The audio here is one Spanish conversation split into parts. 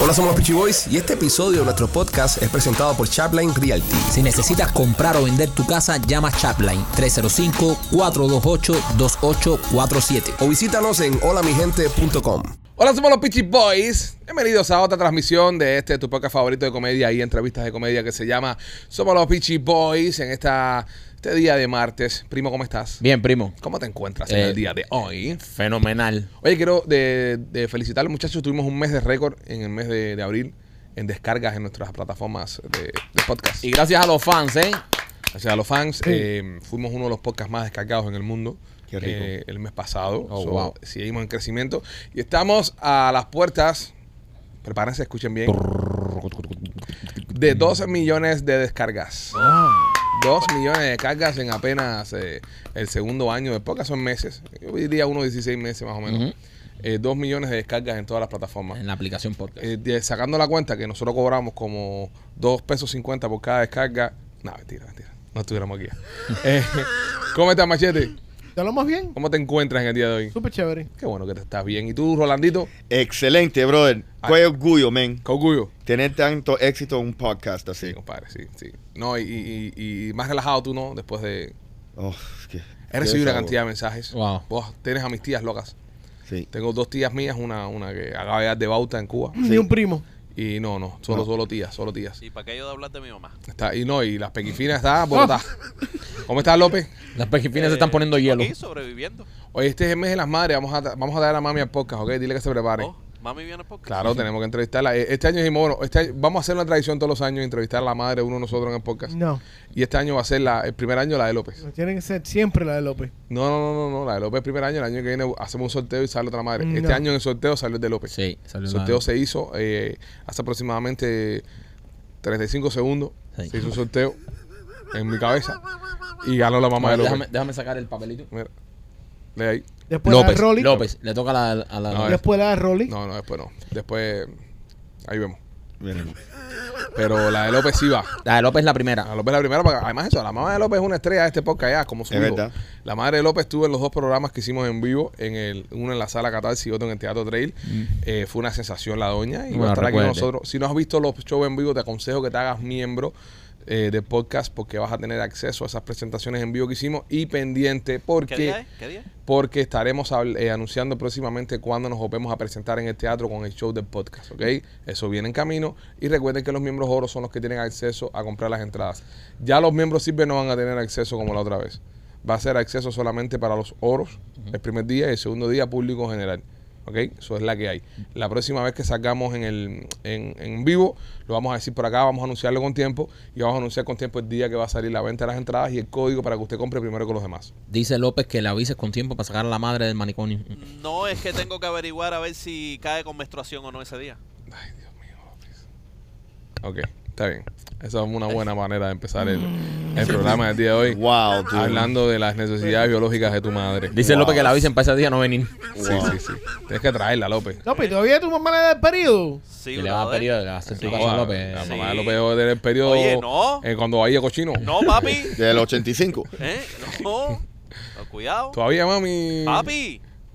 Hola, somos los Peachy Boys y este episodio de nuestro podcast es presentado por Chapline Realty. Si necesitas comprar o vender tu casa, llama Chapline 305-428-2847. O visítanos en holamigente.com. Hola, somos los Peachy Boys. Bienvenidos a otra transmisión de este tu podcast favorito de comedia y entrevistas de comedia que se llama Somos los Peachy Boys en esta, este día de martes. Primo, ¿cómo estás? Bien, primo. ¿Cómo te encuentras en Eh, el día de hoy? Fenomenal. Oye, quiero de, de felicitar, muchachos. Tuvimos un mes de récord en el mes de, de abril en descargas en nuestras plataformas de, de podcast. Y gracias a los fans, ¿eh? Gracias a los fans, eh, fuimos uno de los podcasts más descargados en el mundo. Qué rico. eh, el mes pasado. Oh, wow. Seguimos en crecimiento. Y estamos a las puertas. Prepárense, escuchen bien. De 2 millones de descargas. 2 millones de descargas en apenas eh, el segundo año de podcast. Son meses. Yo diría unos 16 meses más o menos. 2 millones de descargas en todas las plataformas. En la aplicación podcast. Eh, de- sacando la cuenta que nosotros cobramos como 2 pesos 50 por cada descarga. No, mentira, mentira. No estuviéramos aquí. Eh, ¿Cómo estás, Machete? ¿Te lo más bien? ¿Cómo te encuentras en el día de hoy? Súper chévere. Qué bueno que te estás bien. ¿Y tú, Rolandito? Excelente, brother. Ah. Qué orgullo, men. Qué orgullo. Tener tanto éxito en un podcast Sí, así. compadre, sí, sí. No, y, y- y- y más relajado tú, ¿no? Después de... Oh, qué- He recibido qué una cantidad de mensajes. Wow. Vos tienes a mis tías locas. Sí. Tengo dos tías mías, una, una que acaba de dar de bauta en Cuba. Ni un primo. Y no, no, solo, solo tías, solo tías. Sí, ¿para qué yo de hablar de mi mamá? Está, y no, y las pequifinas está botada. ¿Cómo estás, López? Las pejifinas se están poniendo hielo. Aquí sobreviviendo. Oye, este es el mes de las madres. Vamos a, tra- vamos a traer a mami al podcast, ¿ok? Dile que se prepare. Oh, mami viene por acá. Claro, tenemos que entrevistarla. Eh, Este año dijimos, bueno, este año- vamos a hacer una tradición todos los años, entrevistar a la madre de uno de nosotros en el podcast. No. Pues Y este año va a ser la, el primer año la de López. Tienen que ser siempre la de López. No, no, no, no, no, la de López el primer año, el año que viene hacemos un sorteo y sale otra madre. No. Este año en el sorteo salió el de López. Sí, salió El una- sorteo se hizo eh, hace aproximadamente 35 segundos. Sí. Se hizo un sorteo en mi cabeza y ganó la mamá de López. déjame, déjame sacar el papelito. Mira, lee ahí. Después la de López, Pues, Rolly. López, le toca la- a la. No, Después la de Rolly. No, no, después no. Después, ahí vemos. Miren. Pero la de López sí va. La de López la primera. A López la primera, porque además eso, la mamá de López es una estrella de este podcast ya, como su Es hijo. verdad. La madre de López estuvo en los dos programas que hicimos en vivo, en el, uno en la sala Catarsis y otro en el Teatro Trail. Mm. Eh, fue una sensación la doña y va Bueno, a estar aquí con recuerde. nosotros. Si no has visto los shows en vivo, te aconsejo que te hagas miembro eh, del podcast porque vas a tener acceso a esas presentaciones en vivo que hicimos y pendiente ¿Qué día porque es? ¿Qué día es? porque estaremos habl- eh, anunciando próximamente cuándo nos volvemos a presentar en el teatro con el show del podcast, ¿ok? Eso viene en camino. Y recuerden que los miembros oro son los que tienen acceso a comprar las entradas. Ya los miembros silver no van a tener acceso como la otra vez. Va a ser acceso solamente para los oros el primer día y el segundo día público general. ¿Ok? Eso es la que hay. La próxima vez que sacamos en el en, en vivo, lo vamos a decir por acá, vamos a anunciarlo con tiempo y vamos a anunciar con tiempo el día que va a salir la venta de las entradas y el código para que usted compre primero que los demás. Dice López que le avises con tiempo para sacar a la madre del manicomio. No, es que tengo que averiguar a ver si cae con menstruación o no ese día. Ay, Dios mío, López. Ok, está bien. Esa es una buena manera de empezar el, Mm. el programa del día de hoy. Wow, dude. Hablando de las necesidades biológicas de tu madre. Dice López que la avisen para ese día no venir. Sí, sí, sí. Tienes que traerla, López. López, ¿todavía tu mamá le da el periodo? Sí, ah. Y le va a brother. periodo, le va a hacer tu No, caso a la- López. La Sí. mamá de López debe tener el periodo Oye, no. eh, cuando vaya cochino. No, papi. Del 85. ¿Eh? No. No, cuidado. Todavía, mami. Papi.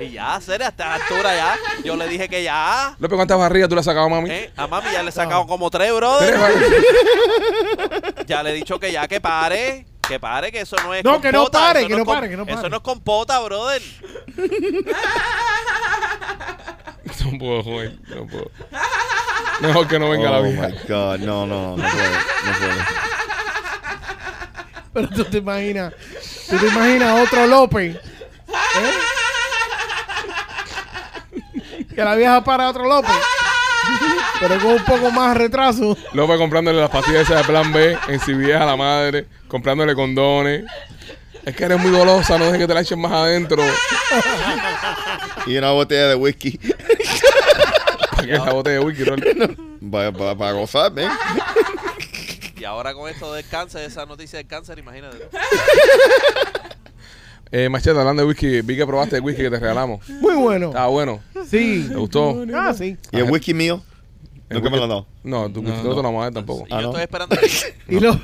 Y ya, ser hasta la altura ya. Yo le dije que ya. López, ¿cuántas barrigas tú le has sacado a mami? ¿eh? A mami Ah. ya le he sacado como tres, brother. Tres barrigas. Ya le he dicho que ya, que pare. Que pare, que eso no es No, que no pare, eso que no es com- pare, que no pare. Eso no es compota, brother. No puedo, joven. No puedo. Mejor que no venga la oh vieja. my God. No, no, no puedo. No puedo. Pero tú te imaginas, tú te imaginas otro López. ¿eh? Que la vieja para otro López. Pero con un poco más retraso. López comprándole las pastillas esas de plan B en CBS a la madre, comprándole condones. Es que eres muy golosa, no dejes que te la echen más adentro Y una botella de whisky. para Y esta botella de whisky, Rolly. Para gozar, ¿eh? Y ahora con esto del cáncer, esa noticia del cáncer, imagínate. Eh, Machete, hablando de whisky, vi que probaste el whisky que te regalamos. Muy bueno. Estaba bueno. Sí. ¿Te gustó? Ah, sí. ¿Y el whisky mío? Nunca me lo han dado. No, tú no, te lo vamos a dar tampoco. Y Ah, yo ¿no? estoy esperando. que- Y, Ló-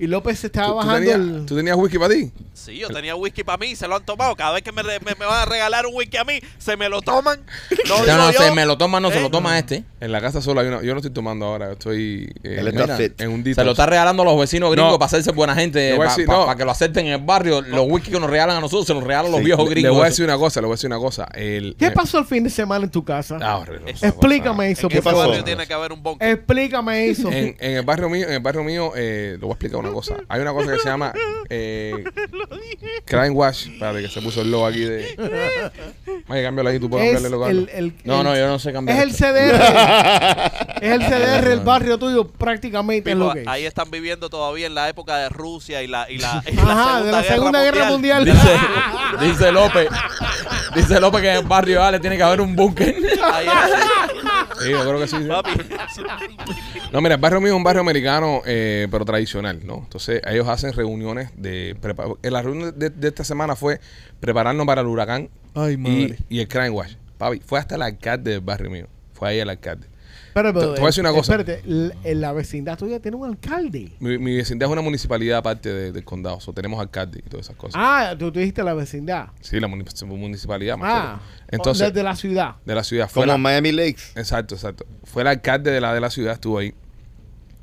y López se estaba ¿Tú, tú bajando tenías, el. tú tenías whisky para ti? Sí, yo tenía whisky para mí, se lo han tomado. Cada vez que me, re- me- me van a regalar un whisky a mí, se me lo toman. No, No, no, digo se yo. me lo toma, no, se ¿Eh? lo toma este. En la casa sola hay una. Yo no estoy tomando ahora, estoy. eh, Él está mira, fit. En un Se detox. lo está regalando a los vecinos gringos No. para hacerse buena gente, Le voy a para decir, no. que lo acepten en el barrio. Los whisky que nos regalan a nosotros se los regalan los Sí. viejos Le- Le gringos. voy a esos. decir una cosa, le voy a decir una cosa. El, ¿Qué eh, pasó el fin de semana en tu casa? ah, horrible, Es- una cosa. Explícame eso, En por ese pasó? favor. barrio tiene que haber un bonco. Explícame eso. En, en el barrio mío, en el barrio mío, eh, le voy a explicar una cosa. Hay una cosa que se llama eh, Crime Wash. Espérate que se puso el logo aquí de. Vaya, cámbialo ahí, tú puedes Es cambiarle el logo. el, el- No, el- no, yo no sé cambiar. Es el esto. CDR. es el CDR, el barrio tuyo, prácticamente es Pico, lo que es. ahí están viviendo todavía en la época de Rusia y la, y la, y la Ajá, de la Segunda Guerra, Mundial. Dice, dice López. Dice López que en el barrio Ale tiene que haber un búnker. Ahí es, Sí, yo creo que sí, sí. papi. No, mira, el barrio mío es un barrio americano, eh, pero tradicional, ¿no? Entonces, ellos hacen reuniones de... prepa- eh, La reunión de, de esta semana fue prepararnos para el huracán Ay, y, y el crime wash. Papi, fue hasta el alcalde del barrio mío. Fue ahí el alcalde. Pero, pero, Te- te voy a decir una cosa. Espérate, l- en la vecindad tuya tiene un alcalde. Mi, mi vecindad es una municipalidad aparte de- del condado. O sea, tenemos alcalde y todas esas cosas. Ah, tú, tú dijiste la vecindad. Sí, la muni- municipalidad. Ah, machete. Entonces, desde la ciudad. de la ciudad. Fue Como la- Miami Lakes. exacto, exacto. Fue el alcalde de la, de la ciudad, estuvo ahí.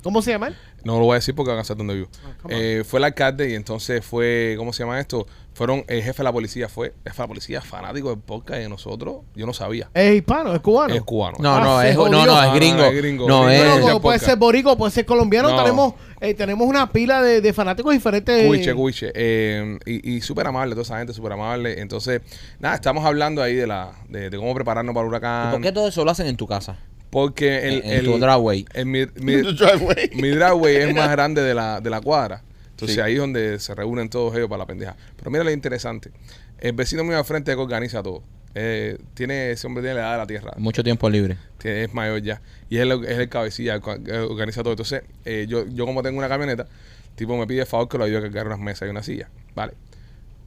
¿Cómo se llama? él? No lo voy a decir porque van a saber dónde vivo. Eh, fue el alcalde y entonces fue, ¿cómo se llama esto? Fueron el jefe de la policía, fue el jefe de la policía fanático del podcast y de nosotros. Yo no sabía. Es hispano, es cubano. Es cubano. No, Ah, no, se es, no, jodió. no, No, es no, gringo. es gringo. Gringo, No, Bueno, es. no, como puede podcast. ser borico, puede ser colombiano, No. tenemos eh, tenemos una pila de, de fanáticos diferentes. Cuiche, cuiche. Eh, y y súper amable, toda esa gente súper amable. Entonces, nada, estamos hablando ahí de la de, de cómo prepararnos para el huracán. ¿Y ¿Por qué todo eso lo hacen en tu casa? Porque el, En- en el, tu driveway. el- mi, mi- Tu driveway. mi driveway es más grande de la, de la cuadra. Entonces Sí. ahí es donde se reúnen todos ellos para la pendeja. Pero mira lo interesante. El vecino mío al frente es que organiza todo. Eh, tiene, ese hombre tiene la edad de la tierra. Mucho tiempo libre. que es mayor ya. Y él es el cabecilla, el cua- que organiza todo. Entonces, eh, yo, yo como tengo una camioneta, tipo me pide el favor que lo ayude a cargar unas mesas y una silla. Vale.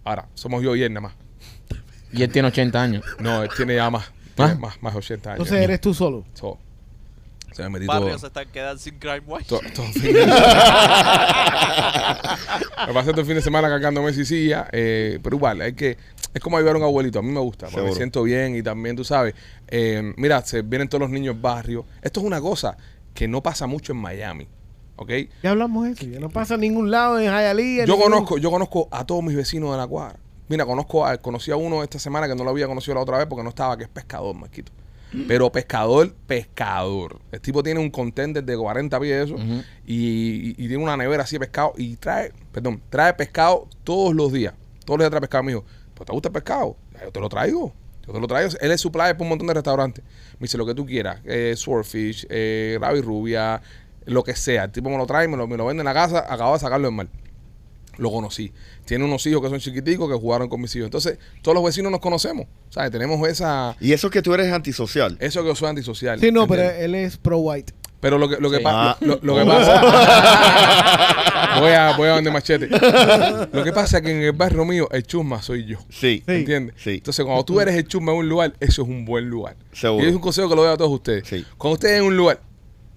Ahora, somos yo y él nada más. Y él tiene 80 años. No, él tiene ya más. Tiene Ah. más, más de 80 años. Entonces eres tú solo. So, se me metí Barrios todo. se están quedando sin crime watch. to- todo el fin de me pasé todo el fin de semana cargando mesas y silla. eh, pero igual, hay que. Es como ayudar a un abuelito. A mí me gusta. porque Seguro. Me siento bien y también, tú sabes. eh, mira, se vienen todos los niños al barrio. Esto es una cosa que no pasa mucho en Miami. ¿Ok? Ya hablamos de eso. Ya no pasa en ningún lado en Hialeah. Yo ningún- conozco, yo conozco a todos mis vecinos de la cuadra. Mira, conozco a, conocí a uno esta semana que no lo había conocido la otra vez porque no estaba, que es pescador, Marquito. Pero pescador, pescador. El tipo tiene un contender de 40 pies de eso y, y- y tiene una nevera así de pescado y trae, perdón, trae pescado todos los días. Todos los días trae pescado. Me dijo, ¿pues te gusta el pescado? Ya, Yo te lo traigo. Yo te lo traigo. Él es supplier para un montón de restaurantes. Me dice lo que tú quieras. Eh, swordfish, eh, rabi rubia, lo que sea. El tipo me lo trae, me lo, me lo vende en la casa. Acabo de sacarlo del mar lo conocí. Tiene unos hijos que son chiquiticos que jugaron con mis hijos. Entonces, todos los vecinos nos conocemos. ¿Sabes? Tenemos esa. Y eso que tú eres antisocial. Eso que yo soy antisocial. Sí, no, pero ¿entiendes? él es pro white. Pero lo que, lo que, Sí. pa- Ah. lo, lo que pasa. voy, a, voy a donde machete. Lo que pasa es que en el barrio mío, el chusma soy yo. Sí. Sí. ¿Entiendes? Sí. Entonces, cuando tú eres el chusma en un lugar, eso es un buen lugar. Seguro. Y es un consejo que lo doy a todos ustedes. Sí. Cuando ustedes en un lugar,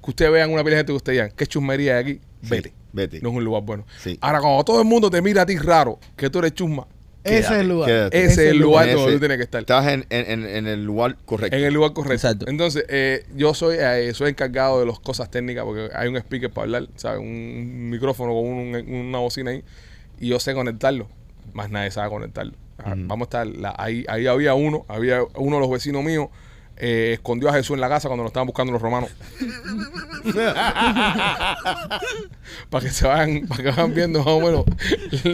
que ustedes vean una pila de gente que ustedes digan, ¿qué chusmería hay aquí? Sí, Vete. vete. No es un lugar bueno. Sí. Ahora, cuando todo el mundo te mira a ti raro, que tú eres chusma, Ese es el lugar. quédate. Ese es el lugar En donde tú ese- tienes que estar. Estás en, en- en- en el lugar correcto. En el lugar correcto. Exacto. Entonces, eh, yo soy eh, soy encargado de las cosas técnicas porque hay un speaker para hablar, ¿sabes? Un micrófono con un- una bocina ahí y yo sé conectarlo. Más nadie sabe conectarlo. Ajá, Mm. Vamos a estar la- ahí, ahí había uno, había uno de los vecinos míos eh, escondió a Jesús en la casa cuando lo estaban buscando los romanos. para que se vayan, para que vayan viendo más o menos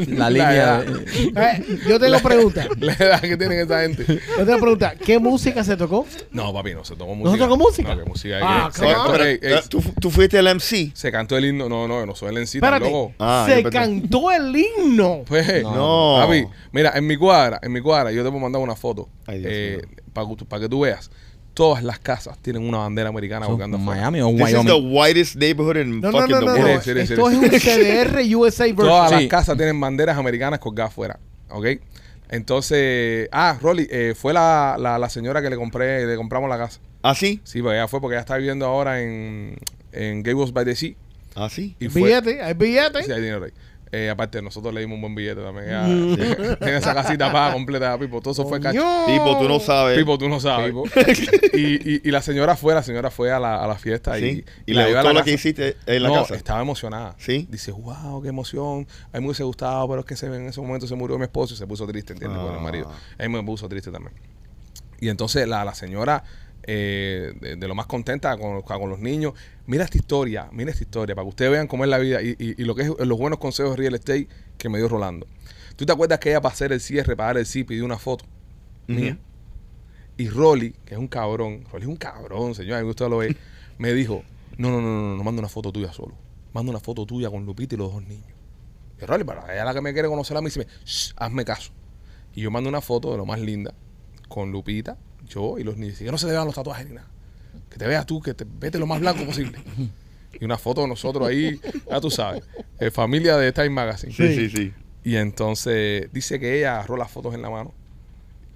La línea edad- de- Eh, yo tengo pregunta. la edad que tienen esa gente. Yo tengo pregunta. ¿Qué música se tocó? No, papi, no se tomó ¿No música. se tocó música? No, que música. Ah, que- come se, cantó, Pero, ey, ey, eh, ¿tú, tú fuiste el MC. se cantó el himno. No, no, no soy el encita, Espérate. loco. Ah, yo se pensé- cantó el himno. Pues, No. Papi, mira, en mi cuadra, en mi cuadra, yo te puedo mandar una foto eh, Ay, Dios para que tú veas. Todas las casas tienen una bandera americana Eso, colgando afuera. Miami o This is the Wyoming. whitest neighborhood in No, no, fucking no, the no, no. world. Sí, sí, sí, Esto sí. es un CDR USA version. Todas Sí. las casas tienen banderas americanas colgadas afuera. ¿Ok? Entonces, ah, Rolly, eh, fue la, la, la señora que le compré, le compramos la casa. ¿Así? Sí, porque ella fue porque ella está viviendo ahora en, en Gables by the Sea. ¿Así? Y fue- Billete, hay billete. Sí, hay dinero ahí. Eh, aparte, nosotros le dimos un buen billete también. Ella Tiene esa casita paga completa, Pipo. Todo eso fue cacho. Coño. Tipo, tú no sabes. Pipo, tú no sabes. y, y, y la señora fue, la señora fue a la, a la fiesta Sí. y, Y le llevó a gustó lo casa. que hiciste en la no, casa. estaba emocionada. Sí. Dice, wow, qué emoción. A mí me hubiese gustado, pero es que se, en ese momento se murió mi esposo y se puso triste, ¿entiendes? Con el Ah. marido. A mí me puso triste también. Y entonces la, la señora, eh, de, de lo más contenta con, con los niños, mira esta historia, mira esta historia, para que ustedes vean cómo es la vida y, y- y lo que es los buenos consejos de real estate que me dio Rolando. ¿Tú te acuerdas que ella para hacer el cierre, para dar el sí, pidió una foto? Mía. Y Rolly, que es un cabrón, Rolly es un cabrón, señor, a mí me gusta lo ve, me dijo, no, no, no, no, no, manda una foto tuya solo. Manda una foto tuya con Lupita y los dos niños. Y Rolly, para ella es la que me quiere conocer a mí, se me, "Shh, hazme caso. Y yo mando una foto de lo más linda, con Lupita, yo y los niños. Y que no se te vean los tatuajes ni nada. Que te veas tú, que te vete lo más blanco posible. Y una foto de nosotros ahí, ya tú sabes, eh, familia de Time Magazine. Sí, sí, sí. Y entonces dice que ella agarró las fotos en la mano.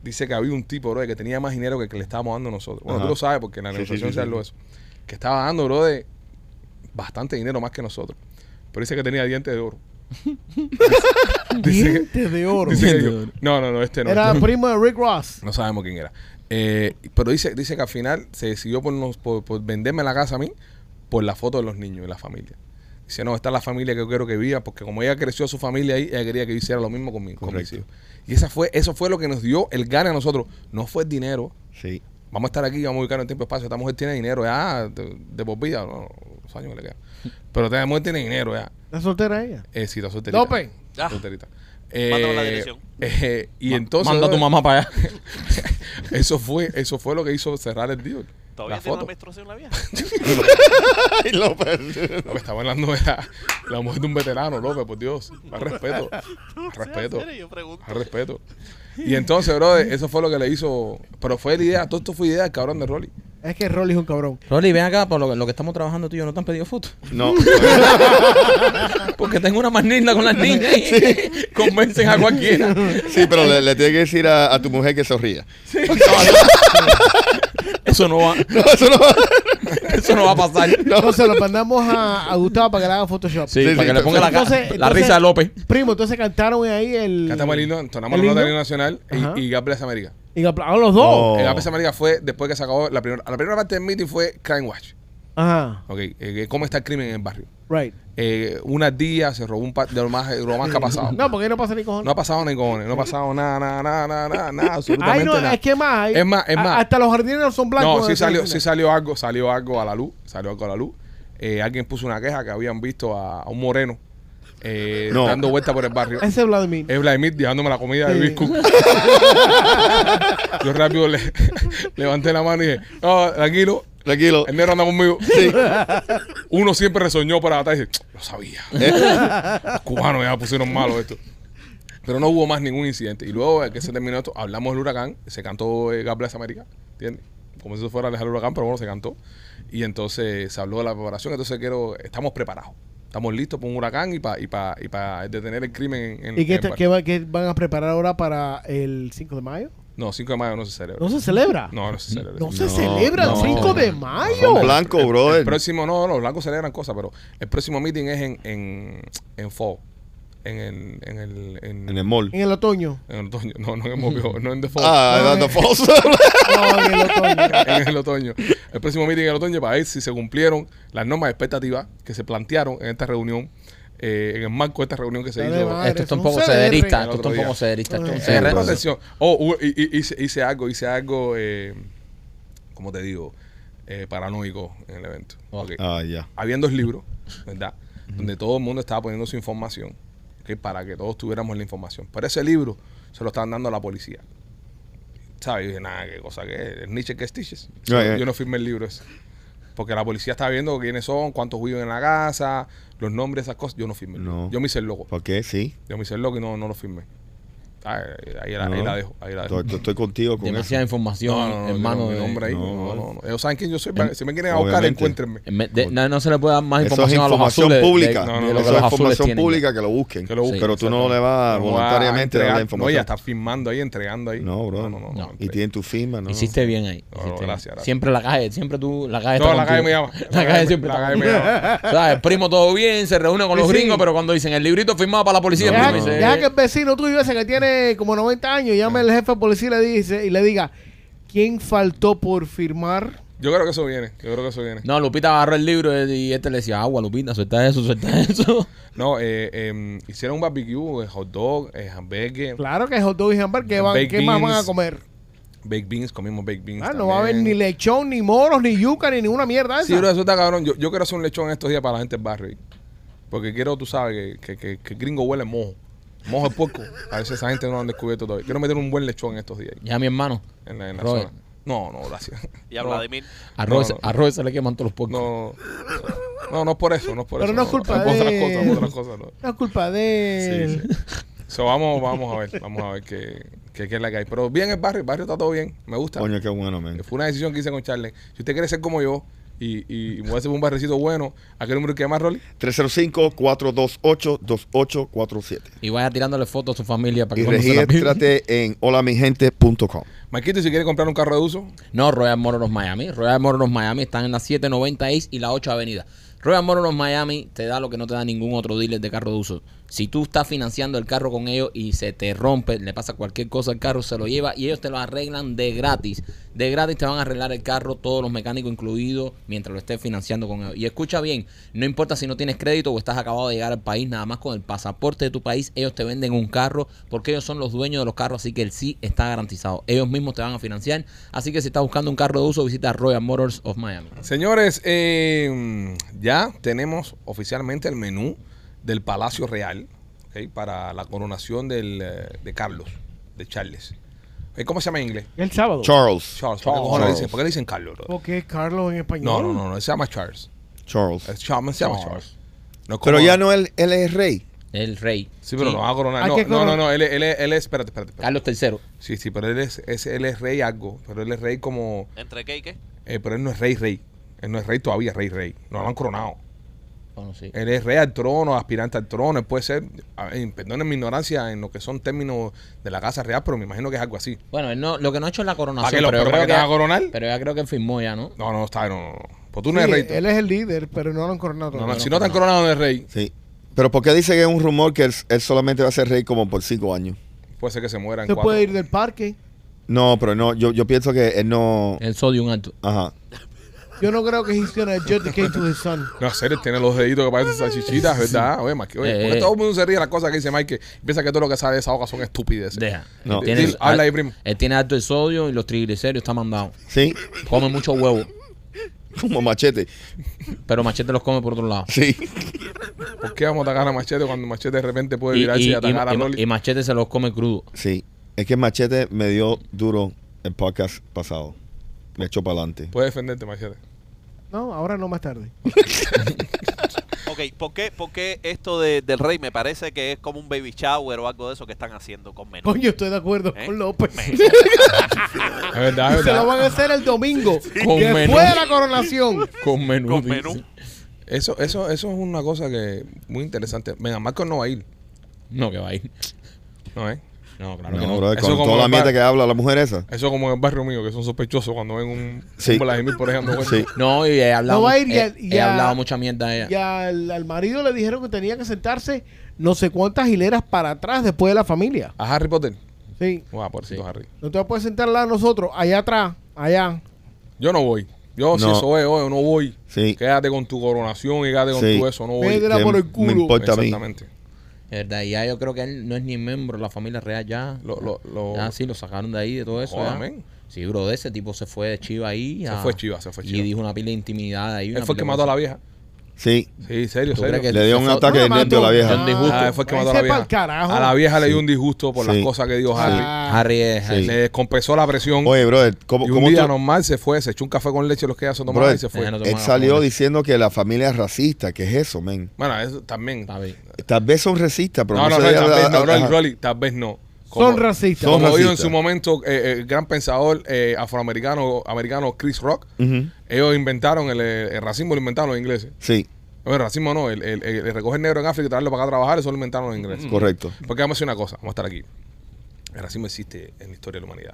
Dice que había un tipo, bro, que tenía más dinero que el que le estábamos dando nosotros. Bueno, Ajá. tú lo sabes porque en la Sí, negociación sí, sí, se habló eso. Que estaba dando, bro, de bastante dinero más que nosotros. Pero dice que tenía dientes de oro. dice que- Diente de oro. Dice que Dientes de digo, oro. no, no, no, este no. Era este no. primo de Rick Ross. No sabemos quién era. Eh, pero dice, dice que al final se decidió por, nos- por, por venderme la casa a mí por la foto de los niños y la familia. Dice, no, esta es la familia que yo quiero que viva, porque como ella creció su familia ahí, ella quería que yo hiciera lo mismo con, mi, con mis Correcto. hijos. Y esa fue, eso fue lo que nos dio el gane a nosotros. No fue el dinero. Sí. Vamos a estar aquí, vamos a ubicarnos en tiempo y espacio. Esta mujer tiene dinero ya, de, de por vida, no, los años que le quedan. Pero esta mujer tiene dinero ya. La soltera ella. Eh, sí, está solterita. López. Ah. Solterita. Mándame la Eh, dirección. eh, y entonces. Manda a tu mamá para allá. Eso fue, eso fue lo que hizo cerrar el deal. Todavía la tiene una foto. menstruación la vieja. Ay, López. Lo que estaba hablando era la mujer de un veterano, López, por Dios. Al respeto. Al respeto. En serio, Yo pregunto. Al respeto. Y entonces, bro, eso fue lo que le hizo. Pero fue la idea, todo esto fue idea del cabrón de Rolly. Es que Rolly es un cabrón. Rolly, ven acá, por lo, lo que estamos trabajando tú y yo, no te han pedido fotos. No. Porque tengo una más linda con las niñas. Convencen a cualquiera. Sí, pero le, le tienes que decir a, a tu mujer que sonría. Eso no va, No, eso no. eso no va a pasar. Entonces lo mandamos a, a Gustavo para que le haga Photoshop. Sí, Sí, para sí, que le ponga la, ca- entonces- la entonces- risa de López. Primo, entonces cantaron ahí el. Cantamos el himno, entonamos ¿El la nota del himno? himno nacional y- Ajá. y, God Bless America. Y aplaudieron los dos. Oh. El God Bless America fue después que se acabó la primera. La primera parte del meeting fue Crime Watch. Ajá. Ok, eh, cómo está el crimen en el barrio. Right. Eh, una día se robó un par de lo más, de lo más que ha pasado. No, porque ahí no pasa ni cojones. No ha pasado ni cojones, no ha pasado nada, nada, nada, nada, nada, nada, absolutamente Ay, no, nada. es que más. ahí- Es más, es a- más. Hasta los jardineros son blancos. no, sí de esa salió, esquina. sí salió algo, salió algo a la luz, salió algo a la luz. Eh, alguien puso una queja que habían visto a, a un moreno eh, No. dando vuelta por el barrio. Ese es Vladimir. Es Vladimir dejándome la comida de Sí. Biscuit. Yo rápido le, levanté la mano y dije, no, tranquilo, Tranquilo. el negro anda conmigo. Sí. Uno siempre resoñó para atrás y dice, lo sabía. Eh. Los cubanos ya pusieron malo esto. Pero no hubo más ningún incidente. Y luego eh, que se terminó esto, hablamos del huracán, se cantó eh, God Bless America, ¿entiendes? Como si eso fuera dejar el huracán, pero bueno, se cantó. Y entonces se habló de la preparación. Entonces quiero, estamos preparados. Estamos listos para un huracán y para y pa- y pa detener el crimen en, en- ¿Y qué, en te- Bar- qué va- qué van a preparar ahora para el 5 de mayo? No, 5 de mayo no se celebra. No se celebra. No, no se celebra. No se celebra el no. 5 de mayo. Son blancos, El brother. próximo, no, los blancos celebran cosas, pero el próximo meeting es en, en, en fall. En el, en el, en, En el mall. En el otoño. en el otoño. No, no en el mobio, no en the fall. Ah, No, dando eh. falso. No, en el otoño. En el otoño. El próximo meeting en el otoño para ver si se cumplieron las normas expectativas que se plantearon en esta reunión, eh, en el marco de esta reunión que se Dale, hizo. va. Esto está un son poco CDR. El cederista. Esto está otro un día. poco cederista. Esto es un Sí, Cerré brother. CDR. protección. Oh, hu- hi- hi- hice, hice algo, hice algo, eh, como te digo, eh, paranoico en el evento. Oh. Ok. Ah, ya. habían dos libros, ¿verdad? Donde todo el mundo estaba poniendo su información, que para que todos tuviéramos la información. Pero ese libro se lo estaban dando a la policía. ¿Sabes? Yo dije, nada, qué cosa que es. Nietzsche que Stitches. Ya, ya. Yo no firmé el libro ese. Porque la policía está viendo quiénes son, cuántos viven en la casa, los nombres, esas cosas. Yo no firmé. el libro. No. Yo me hice el loco. ¿Por qué? Sí. Yo me hice el loco y no, no lo firmé. Ah, ahí, la, ahí la dejo, ahí la dejo. Estoy, estoy contigo con Demasiada eso. información, No, no, no, hermano. yo no, mi de- nombre ahí. no. No, no, no. Ellos saben quién yo soy. En- si me quieren a buscar, obviamente. encuéntrenme. en vez de- no, no se le puede dar más Eso es información a los información azules. de- pública. de- de No, no, lo eso que los es azules información tienen. pública que lo busquen. Que lo busquen. pero tú no le vas No voy a Ah, voluntariamente a entregar- dar la No, ya información. estás firmando ahí, entregando ahí. No, bro. No, no, no. no, y tienen tu firma, ¿no? Hiciste bien ahí. No, no, hiciste bien. gracias, gracias. Siempre la calle, siempre tú, la calle No, está la calle contigo. me llama. La calle siempre La está calle me contigo. llama. O sea, el primo todo bien, se reúne con los Sí, sí. gringos, pero cuando dicen el librito firmado para la policía, el Deja, primo dice, deja que el vecino tuyo ese que tiene como 90 años llame al jefe de policía y le, dice, y le diga, ¿quién faltó por firmar? Yo creo que eso viene. Yo creo que eso viene. No, Lupita agarró el libro y este le decía, agua, Lupita, suelta eso, suelta eso. No, eh, eh, hicieron un barbecue, eh, hot dog, eh, hamburgues, Claro que es hot dog y hamburger, ¿qué, van, Baked ¿qué más van beans. a comer? baked beans, comimos baked beans. Ah, no va a haber también. ni lechón, ni moros, ni yuca, ni ninguna mierda esa. Sí, bro, eso está cabrón. Yo, yo quiero hacer un lechón en estos días para la gente del barrio. Porque quiero, tú sabes, que, que, que, que el gringo huele mojo. Mojo de puerco. A veces esa gente no lo han descubierto todavía. Quiero meter un buen lechón en estos días ahí, Ya mi hermano, en la, en la Robert. zona. No, no, gracias. Y a No, Vladimir. a No, Robert, no. a Robert se le queman todos los porcos. No, no, no es por eso, no es por Pero eso. no es culpa por otras de- cosas, por otras cosas. No. No es culpa de él. So, vamos, vamos a ver, vamos a ver qué, qué, qué es la que hay. Pero bien el barrio, el barrio está todo bien, me gusta. Eh, Coño, qué bueno, man. Fue una decisión que hice con Charlie. Si usted quiere ser como yo y, y, y moverse por un barrecito bueno, ¿a qué número que llama, Rolly? 305-428-2847. Y vaya tirándole fotos a su familia para que Y este cuando se la piden- regístrate en holamigente.com. Maquito, si quiere comprar un carro de uso, No, Royal Motors Miami. Royal Motors Miami están en la 790 East y la 8 Avenida. Royal Motors Miami te da lo que no te da ningún otro dealer de carro de uso. Si tú estás financiando el carro con ellos y se te rompe, le pasa cualquier cosa al carro, se lo lleva y ellos te lo arreglan de gratis. De gratis te van a arreglar el carro, todos los mecánicos incluidos, mientras lo estés financiando con ellos. Y escucha bien, no importa si no tienes crédito o estás acabado de llegar al país, nada más con el pasaporte de tu país, ellos te venden un carro porque ellos son los dueños de los carros, así que el sí está garantizado. Ellos mismos te van a financiar. Así que si estás buscando un carro de uso, visita Royal Motors of Miami. Señores, eh, ya tenemos oficialmente el menú del Palacio Real ok, para la coronación del, eh, de Carlos, de Charles. Eh, ¿Cómo se llama en inglés? El sábado. Charles. Charles. ¿Por qué, cojones le dicen, por qué le dicen Carlos? bro? ¿Por qué Carlos en español? No, no, no, no, se llama Charles. Charles. Es Charles, se llama Charles. No es Pero como- ya no él, él es rey. El rey. Sí, pero Sí. no va a coronar. ¿A No, qué no, no, corona? no, él, es- él es- él es, espérate, espérate. espérate. Carlos III. Sí, sí, pero él es, es- él es rey algo, pero él es rey como, ¿Entre qué y qué? eh, pero él no es rey rey. Él no es rey todavía, rey rey. No lo han coronado. Bueno, sí. Él es rey al trono, aspirante al trono. Él puede ser, a ver, perdonen mi ignorancia en lo que son términos de la Casa Real, pero me imagino que es algo así. Bueno, él no, lo que no ha hecho es la ¿Para coronación. qué lo pero, pero yo para qué creo te que van a ya, coronar? pero ya creo que él firmó ya, ¿no? No, no, está, no, no. no. Pues tú Sí, no eres rey. tú. él es el líder, pero no lo han coronado. No, no, todavía. si no te han coronado, no eres rey. Sí. Pero ¿por qué dice que es un rumor que él, él solamente va a ser rey como por cinco años? Puede ser que se mueran. Se puede ir del parque. No, pero no, yo, yo pienso que él no. El sodio un alto. Ajá. Yo no creo que he's gonna adjudicate to his son. No, en serio, tiene los deditos que parecen salchichitas, ¿verdad? Oye, Mike, oye, Eh, porque eh. todo el mundo se ríe de las cosas que dice Mike, que piensa que todo lo que sale de esa boca son estupideces. Deja. No. Él tiene- ah. Dil, habla ahí, primo. Él tiene alto el sodio y los triglicéridos está mandado. Sí. Come mucho huevo. Como machete. Pero Machete los come por otro lado. Sí. ¿Por qué vamos a atacar a Machete cuando Machete de repente puede Y, virarse y, y- atacar y- a y- Rolly? y Machete se los come crudo. Sí. Es que machete me dio duro el podcast pasado. Me echó para adelante. Puede defenderte, Machete. No, ahora no, más tarde. Ok, ¿por qué, por qué esto de- del rey me parece que es como un baby shower o algo de eso que están haciendo con menú? Coño, estoy de acuerdo ¿Eh? con López. Es Ah, verdad, es Ah, Se lo van verdad. a hacer el domingo. Con después menú. de la coronación. Con menú. Con menú. Eso, eso, eso es una cosa que muy interesante. Venga, Marcos no va a ir. No, que va a ir. No, ¿eh? No, claro que No, no. brother, Eso con como toda la el mierda bar- que habla la mujer esa. Eso como en el barrio mío, que son sospechosos cuando ven un, Sí. un Vladimir, por ejemplo. Sí. No, y he hablado. No va a ir y he- al- y he a- hablado mucha mierda de ella. Y al, al marido le dijeron que tenía que sentarse no sé cuántas hileras para atrás después de la familia. A Harry Potter. Sí. Guau, pobrecito Harry. No te vas a poder sentar al lado de nosotros, allá atrás, allá. Yo no voy. Yo, si No. eso es, oye, no voy. Sí. Quédate con tu coronación y quédate con Sí. tu eso, no voy. Métela que por el me culo. importa a mí. Exactamente. De verdad, y ya yo creo que él no es ni miembro de la familia real ya. Lo- lo- lo- Ya Ah, sí, lo sacaron de ahí, de todo eso. Joder, ya. men. Sí, bro, de ese tipo se fue de chiva ahí. Se fue chiva, se fue Y chiva. dijo una pila de intimidad ahí. Él fue el que mató a la vieja. Sí. Sí, serio, ¿Tú serio. crees que Le dio un Eso- ataque de No, nervio a la mando- vieja. Yo- disgusto. Ah, fue el que mató a la Ese pa'l vieja. carajo. A la vieja le dio un disgusto por Sí. las cosas que dijo Harry. Ah, Harry es. Sí. Le descompensó la presión. Oye, brother, ¿cómo, y un cómo tú- día normal se fue, se echó un café con leche los que ella se tomaba Brother, y se fue. Déjalo. Él salió diciendo que la familia es racista. ¿Qué es eso, men? Bueno, eso también. Está bien. Tal vez son racistas, pero no, no, se no, debe tal vez hablar- no, Rolly, ajá. Rolly, tal vez no. Son racistas. Son Como dijo en racistas. su momento eh, el gran pensador eh, afroamericano americano Chris Rock, Ujú. ellos inventaron el, eh, el racismo, lo inventaron los ingleses. Sí, No, el racismo no, el, el, el- el recoger negro en África y traerlo para acá a trabajar, eso lo inventaron los ingleses. Mm. correcto. Porque vamos a decir una cosa, vamos a estar aquí. El racismo existe en la historia de la humanidad.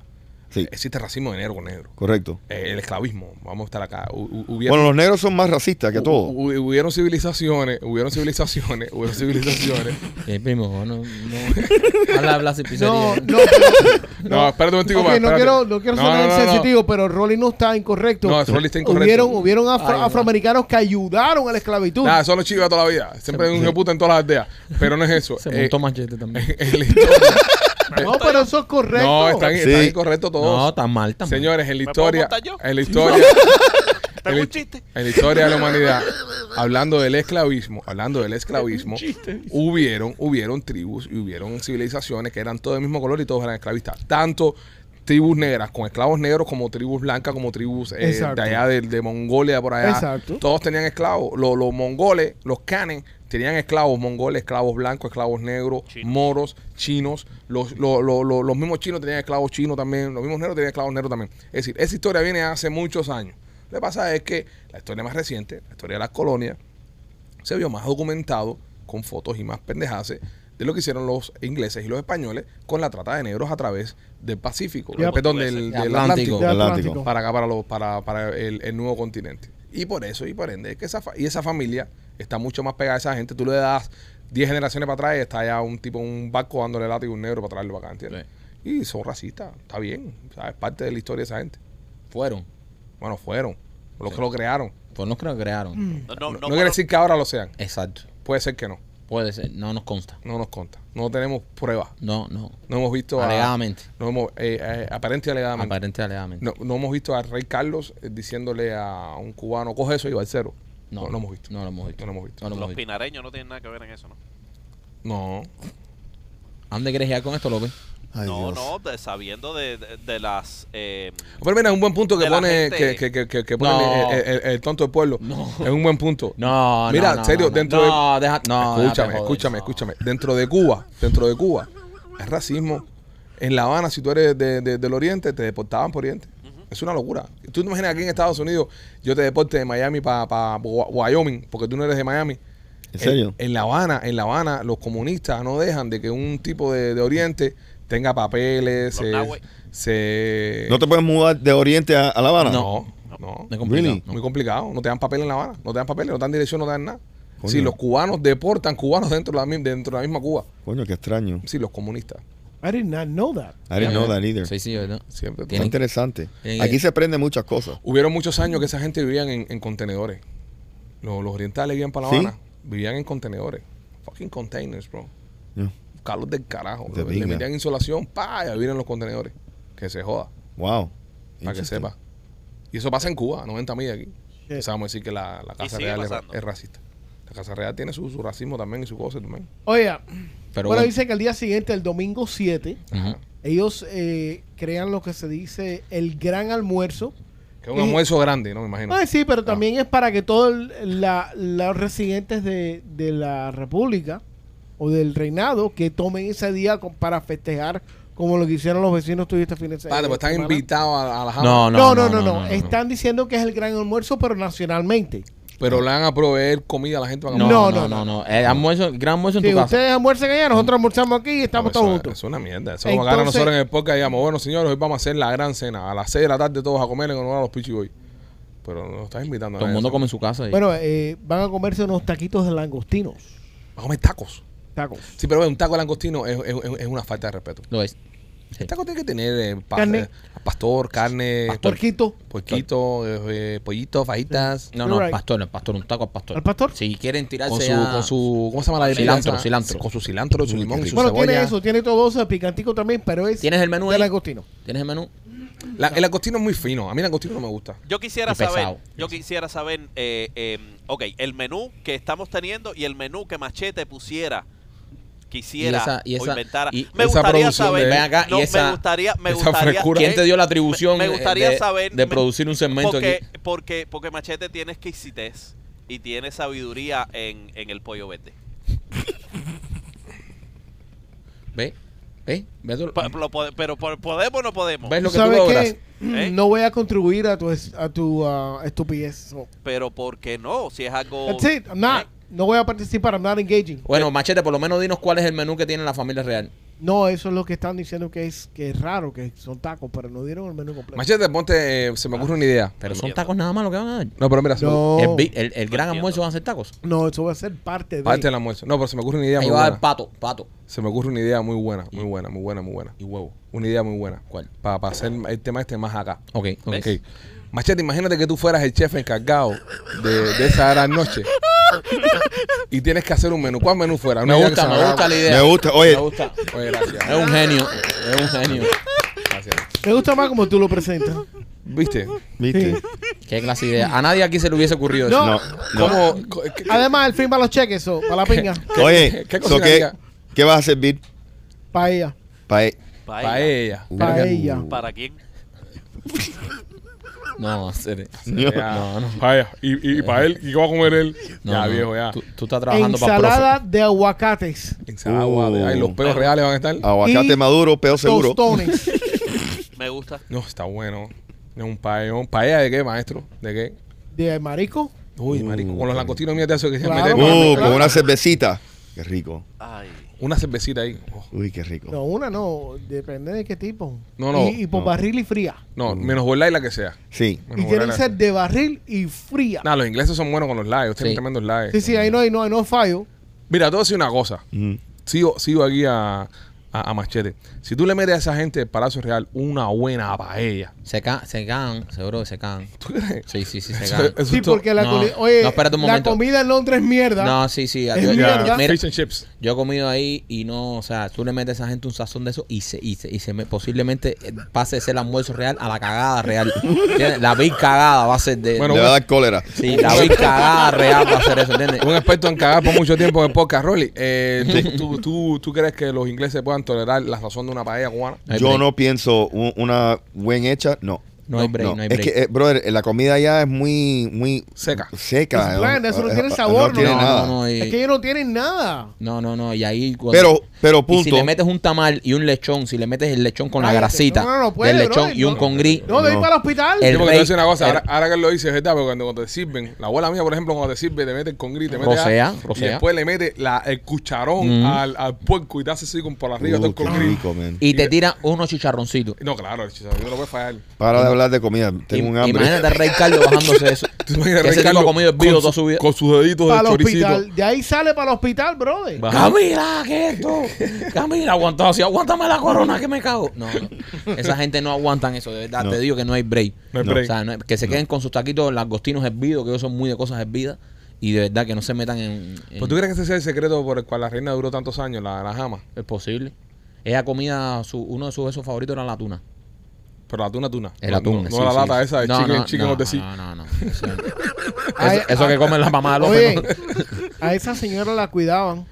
Sí, Existe racismo de negro con negro. correcto. Eh, el esclavismo, vamos a estar acá. Hu- hu- hubieron- Bueno, los negros son más racistas que hu- todos. hu- Hubieron civilizaciones, hubieron civilizaciones, hubieron civilizaciones. Eh, primo, no, no. Habla, habla sin pizzería. No, no, pero- No, espérate un momentico Ok, más, no espérate. quiero, no quiero No, sonar no, no, no. sensitivo, pero Rolly no está incorrecto. No, Rolly está incorrecto. Hubieron, hubieron afro- Ay, no. afroamericanos que ayudaron a la esclavitud. Nada, eso lo chiva toda la vida. Siempre hay un hijo de puta en todas las aldeas. Pero no es eso. Se Eh, montó machete también. en la historia- no, pero eso es correcto. no, están, Sí. están incorrectos todos. No, tan mal, tan mal. Señores, en la ¿Me puedo historia. montar yo? En la historia. Tengo en, la- un chiste. en la historia de la humanidad, hablando del esclavismo, hablando del esclavismo, hubieron, hubieron tribus y hubieron civilizaciones que eran todos del mismo color y todos eran esclavistas. Tanto tribus negras con esclavos negros como tribus blancas como tribus eh, de Exacto. allá de, de Mongolia por allá Exacto. todos tenían esclavos los, los mongoles los canes tenían esclavos mongoles esclavos blancos esclavos negros Chinos. moros chinos los, los, los, los- los mismos chinos tenían esclavos chinos también los mismos negros tenían esclavos negros también es decir esa historia viene hace muchos años lo que pasa es que la historia más reciente la historia de las colonias se vio más documentado con fotos y más pendejaces de lo que hicieron los ingleses y los españoles con la trata de negros a través del Pacífico, Ya. perdón, del, De del Atlántico. Atlántico De Atlántico. Atlántico. para acá, para, los, para, para el, el nuevo continente. Y por eso, y por ende, es que esa, fa- y esa familia está mucho más pegada a esa gente. Tú le das 10 generaciones para atrás y está ya un tipo, un barco dándole látigo a un negro para traerlo para acá, ¿entiendes? Y son racistas, está bien, o sea, es parte de la historia de esa gente. Fueron. Bueno, fueron, los que lo crearon. Pues no creo que crearon. No, No, no, no, quiere bueno, decir que ahora lo sean, Exacto. puede ser que no, Puede ser. No nos consta. no nos conta, no tenemos pruebas, No, no. no hemos visto. a- Alegadamente. no hemos, eh, eh, aparente y alegadamente. Aparente alegadamente. No, no hemos visto a Rey Carlos eh, diciéndole a un cubano, coge eso y va al cero. No, no, hemos visto. No lo hemos visto. No lo hemos visto. No lo hemos Los visto. pinareños no tienen nada que ver en eso, ¿no? No. ¿A dónde quieres llegar con esto, López? Ay, no, Dios. no, de- sabiendo de, de- de las... eh, Pero mira, es un buen punto que De la pone, gente. que, que, que, que- que pone No. el, el- el- el tonto del pueblo. Es un buen punto. No, no, Mira, no, en serio, no, no. dentro de... No, deja- no, escúchame, déjate joder, escúchame, no. escúchame. Dentro de Cuba, dentro de Cuba, es racismo. En La Habana, si tú eres de- de- del Oriente, te deportaban por Oriente. Es una locura. Tú te imaginas aquí en Estados Unidos, yo te deporte de Miami para Wyoming, porque tú no eres de Miami. eh, ¿En serio? En, en La Habana, en La Habana, los comunistas no dejan de que un tipo de, de Oriente tenga papeles, Los se, nahues. se- ¿No te puedes mudar de Oriente a, a La Habana? eh. No, no. Es complicado. Really? Muy complicado. No te dan papel en La Habana. No te dan papeles, no te dan dirección, no te dan nada. Coño. Si los cubanos deportan cubanos dentro de la, mi- dentro de la misma Cuba. Coño, qué extraño. Si los comunistas. I did not know that. I didn't know that either. Sí, sí, ¿verdad? Siempre. Está Tienen- interesante. Tienen- Aquí se aprenden muchas cosas. Hubieron muchos años que esa gente vivían en, en contenedores. Los, los orientales vivían para La ¿Sí? Habana. Vivían en contenedores. Fucking containers, bro. Yeah. Carlos del carajo. Le- De Le pinga. metían insolación, pa, y a vivir en los contenedores. Que se joda. Wow. Para que Interesting. sepa. Y eso pasa en Cuba, a 90 millas aquí. Shit. O sea, vamos a decir que la, la Casa sigue Real es, ra- pasando. es racista. La Casa Real tiene su, su racismo también y su cosa también. Oiga, Pero bueno, bueno. dice que el día siguiente, el domingo 7, Ajá. ellos eh, crean lo que se dice el gran almuerzo. Que es un Y- almuerzo grande, ¿no? Me imagino. Ay, sí, pero también es para que todos la- los residentes de, de la República o del reinado que tomen ese día con- para festejar como lo que hicieron los vecinos tuyos este fin de se- Vale, pues están semana. invitados a, a la jama. No, No, no, Este, no, no, Están diciendo que es el gran almuerzo, pero nacionalmente. Pero le van a proveer comida a la gente. para que No, coma. no, No, no, no, no. El almuerzo, gran almuerzo en Si tu casa. ustedes almuerzan allá, nosotros almorzamos aquí y estamos Eso todos es- juntos. Es una mierda. Eso lo agarran Entonces- nosotros en el podcast y digamos, bueno, señores, hoy vamos a hacer la gran cena. A las 6 de la tarde todos a comer en honor a los pichiboy. Pero no estás invitando a Todo nadie. el mundo come en su casa. y- Bueno, eh, van a comerse unos taquitos de langostinos. Vamos a comer tacos. Tacos. Sí, pero ve, un taco de langostino es, es- es- es una falta de respeto. Lo es. Sí. El taco tiene que tener eh, pa- Carne. eh, pastor, carne, Pastor. Porquito. porquito, eh, eh, pollito, fajitas. No, You're no, right. pastor, el pastor, un taco al pastor. ¿Al pastor? Si quieren tirarse Con su, a- con su, ¿cómo se llama la bebida Cilantro, esa? cilantro. Con su cilantro, su limón y su Bueno, cebolla. tiene eso, tiene todo eso, el picantico también, pero es ¿Tienes el menú de ahí? langostino. ¿Tienes el menú? La- el langostino es muy fino. A mí el langostino no me gusta. Yo quisiera Y pesado. saber, yo quisiera saber, eh, eh, ok, el menú que estamos teniendo y el menú que Machete pusiera, quisiera Y esa- y o esa- inventara. y me esa gustaría producción saber, de- Ven acá, y no, esa- me gustaría, me esa gustaría. frescura. ¿Quién te dio la atribución Me, me eh, gustaría de- saber de me- producir un segmento porque, aquí? Porque, porque Machete tiene exquisitez y tiene sabiduría en, en el pollo verde. ¿Ve? ¿Eh? Ve tú- Pa- lo po- pero po- podemos o no podemos. ¿Ves? Es lo ¿Tú que tú sabes logras. qué? ¿Eh? No voy a contribuir a tu, es- a tu ah, estupidez. No. Pero ¿por qué no? Si es algo... That's it. I'm not. No voy a participar. I'm not engaging. Bueno, Machete, por lo menos dinos cuál es el menú que tiene la familia real. No, eso es lo que están diciendo que es que es raro, que son tacos, pero no dieron el menú completo. Machete, ponte, eh, se me ocurre una idea. Pero No son entiendo. tacos nada más lo que van a dar. No, pero mira, se me- No, El, bi- el- el gran entiendo. almuerzo van a ser tacos. no, eso va a ser parte de. parte del este almuerzo. No, pero se me ocurre una idea Ahí muy va a dar buena. pato, pato. Se me ocurre una idea muy buena, muy buena, muy buena, muy buena. Y huevo. Una idea muy buena. ¿Cuál? Para hacer el tema este más acá. Ok, ok. ¿Ves? Ok. Machete, imagínate que tú fueras el chef encargado de, de esa gran noche. Y tienes que hacer un menú. ¿Cuál menú fuera? Una Me idea gusta, que se me gusta la idea. Me gusta. Oye, Me gusta. Oye, gracias. Es un genio. Es un genio. gracias. Me gusta más como tú lo presentas. ¿Viste? ¿viste? Qué clase de idea. A nadie aquí se le hubiese ocurrido eso. No, No. no. ¿Cómo? co- qué- qué- Además, el fin va a los cheques, eso, para la pinga, qué Oye, so, ¿qué, cocinaría? ¿qué vas a servir e-? para ella. para Para Para ella. ella. Para Mira que- ella. ¿Para quién? No, hacer- Ya. No, no. Para ella. Y, y, para él, ¿y qué va a comer él? No, ya, no. viejo, ya. Tú, tú estás trabajando para Ensalada de aguacates, Ensalada, guau, ay, los Uh. peos reales van a estar. Ah. aguacate Y maduro, peo seguro? tostones. Me gusta. No, está bueno. Es un paellón. ¿Paella de qué, maestro? ¿De qué? de marisco, Uy, marico. Mm. Con los langostinos míos de eso que se Claro. meten Uh, Claro. con una cervecita. Qué rico. Ay. una cervecita ahí. Oh. Uy, qué rico. no, una no, depende de qué tipo. No, no. Y, y por No. barril y fría. No, Mm. menos bola y la que sea. Sí. Menos y bola tiene la que que ser de barril y fría. Nah, los ingleses son buenos con los lags. Ustedes Sí. son tremendos lags. Sí, sí, ahí no hay, no hay, no hay fallo. Mira, te voy a decir una cosa. Mm. Sigo, sigo aquí a, a- a Machete. Si tú le metes a esa gente del Palacio Real una buena paella. Se, ca se cagan, seguro que se cagan. ¿Tú crees? Sí, sí, sí, se Eso- cagan. eso Sí, es todo. porque la, No, culi- oye, no, espérate un la momento. comida en Londres es mierda. No, sí, sí. Es yo, Ya, mierda. mira, fish and chips. yo he comido ahí y no, o sea, tú le metes a esa gente un sazón de eso y se, y se, y se me, posiblemente eh, pase de ser el almuerzo real a la cagada real. ¿Entiendes? La big cagada va a ser de. Bueno, Le bueno. va a dar cólera. sí, la big cagada real va a ser eso, ¿entiendes? Un experto en cagar por mucho tiempo en el podcast, Rolly. Eh, ¿tú, tú, tú, tú crees que los ingleses puedan tolerar la razón de una paella cubana? No hay Yo break. no pienso u- una buen hecha, no. No hay break, no, hay break. Es que, eh, brother, eh, la comida allá es muy, muy Seca. seca. Eh, Es bland, eso no tiene sabor, No tiene no, nada. no, no, y- Es que ellos no tienen nada. No, no, no. Y ahí. cuando- Pero, pero y si punto. le metes un tamal y un lechón, si le metes el lechón con la Cállate. grasita No, no, no puede, del lechón brother, y un no. congrí, No, de ir No. para el hospital. El Sí, porque te voy a rey- decir una cosa, el- ahora, ahora que él lo dice, es verdad, porque cuando, cuando te sirven, la abuela mía, por ejemplo, cuando te sirve, te mete el congri, te mete Rocea, algo, rocea. y Mm. después le mete la, el cucharón al, al puerco y te hace así con por arriba todo Uh, el qué congri. rico, man. y te tira unos chicharroncitos. No, claro, el chicharrón no lo puede fallar. Para de hablar de comida. Tengo Im- un hambre. Imagínate al Rey Carlos bajándose eso. ¿Tú te imaginas Que Rey ese tipo ha Carlos comido el con vivo su- toda su vida. Con sus deditos para de el choricito. hospital. De ahí sale para el hospital, brother. Va. Camila, ¿qué es esto? Camila, aguanta, así, aguántame la corona que me cago. No, no. Esa gente no aguantan eso, de verdad. No. Te digo que no hay break. No hay O break. sea, no hay- que se queden con sus taquitos langostinos hervidos, que ellos son muy de cosas hervidas. Y de verdad que no se metan en. en- ¿Pues tú crees que ese sea el secreto por el cual la reina duró tantos años, la, la jama? Es posible. Ella comía, su, uno de sus besos favoritos era la tuna. Pero la tuna, tuna. El La atún. tuna, sí, No la sí, lata sí. esa de No, chicken, no, chicken no, o the sea. No, no, no. Eso, Ay, eso- eso que comen las mamás de los Oye, pelos. a esa señora la cuidaban.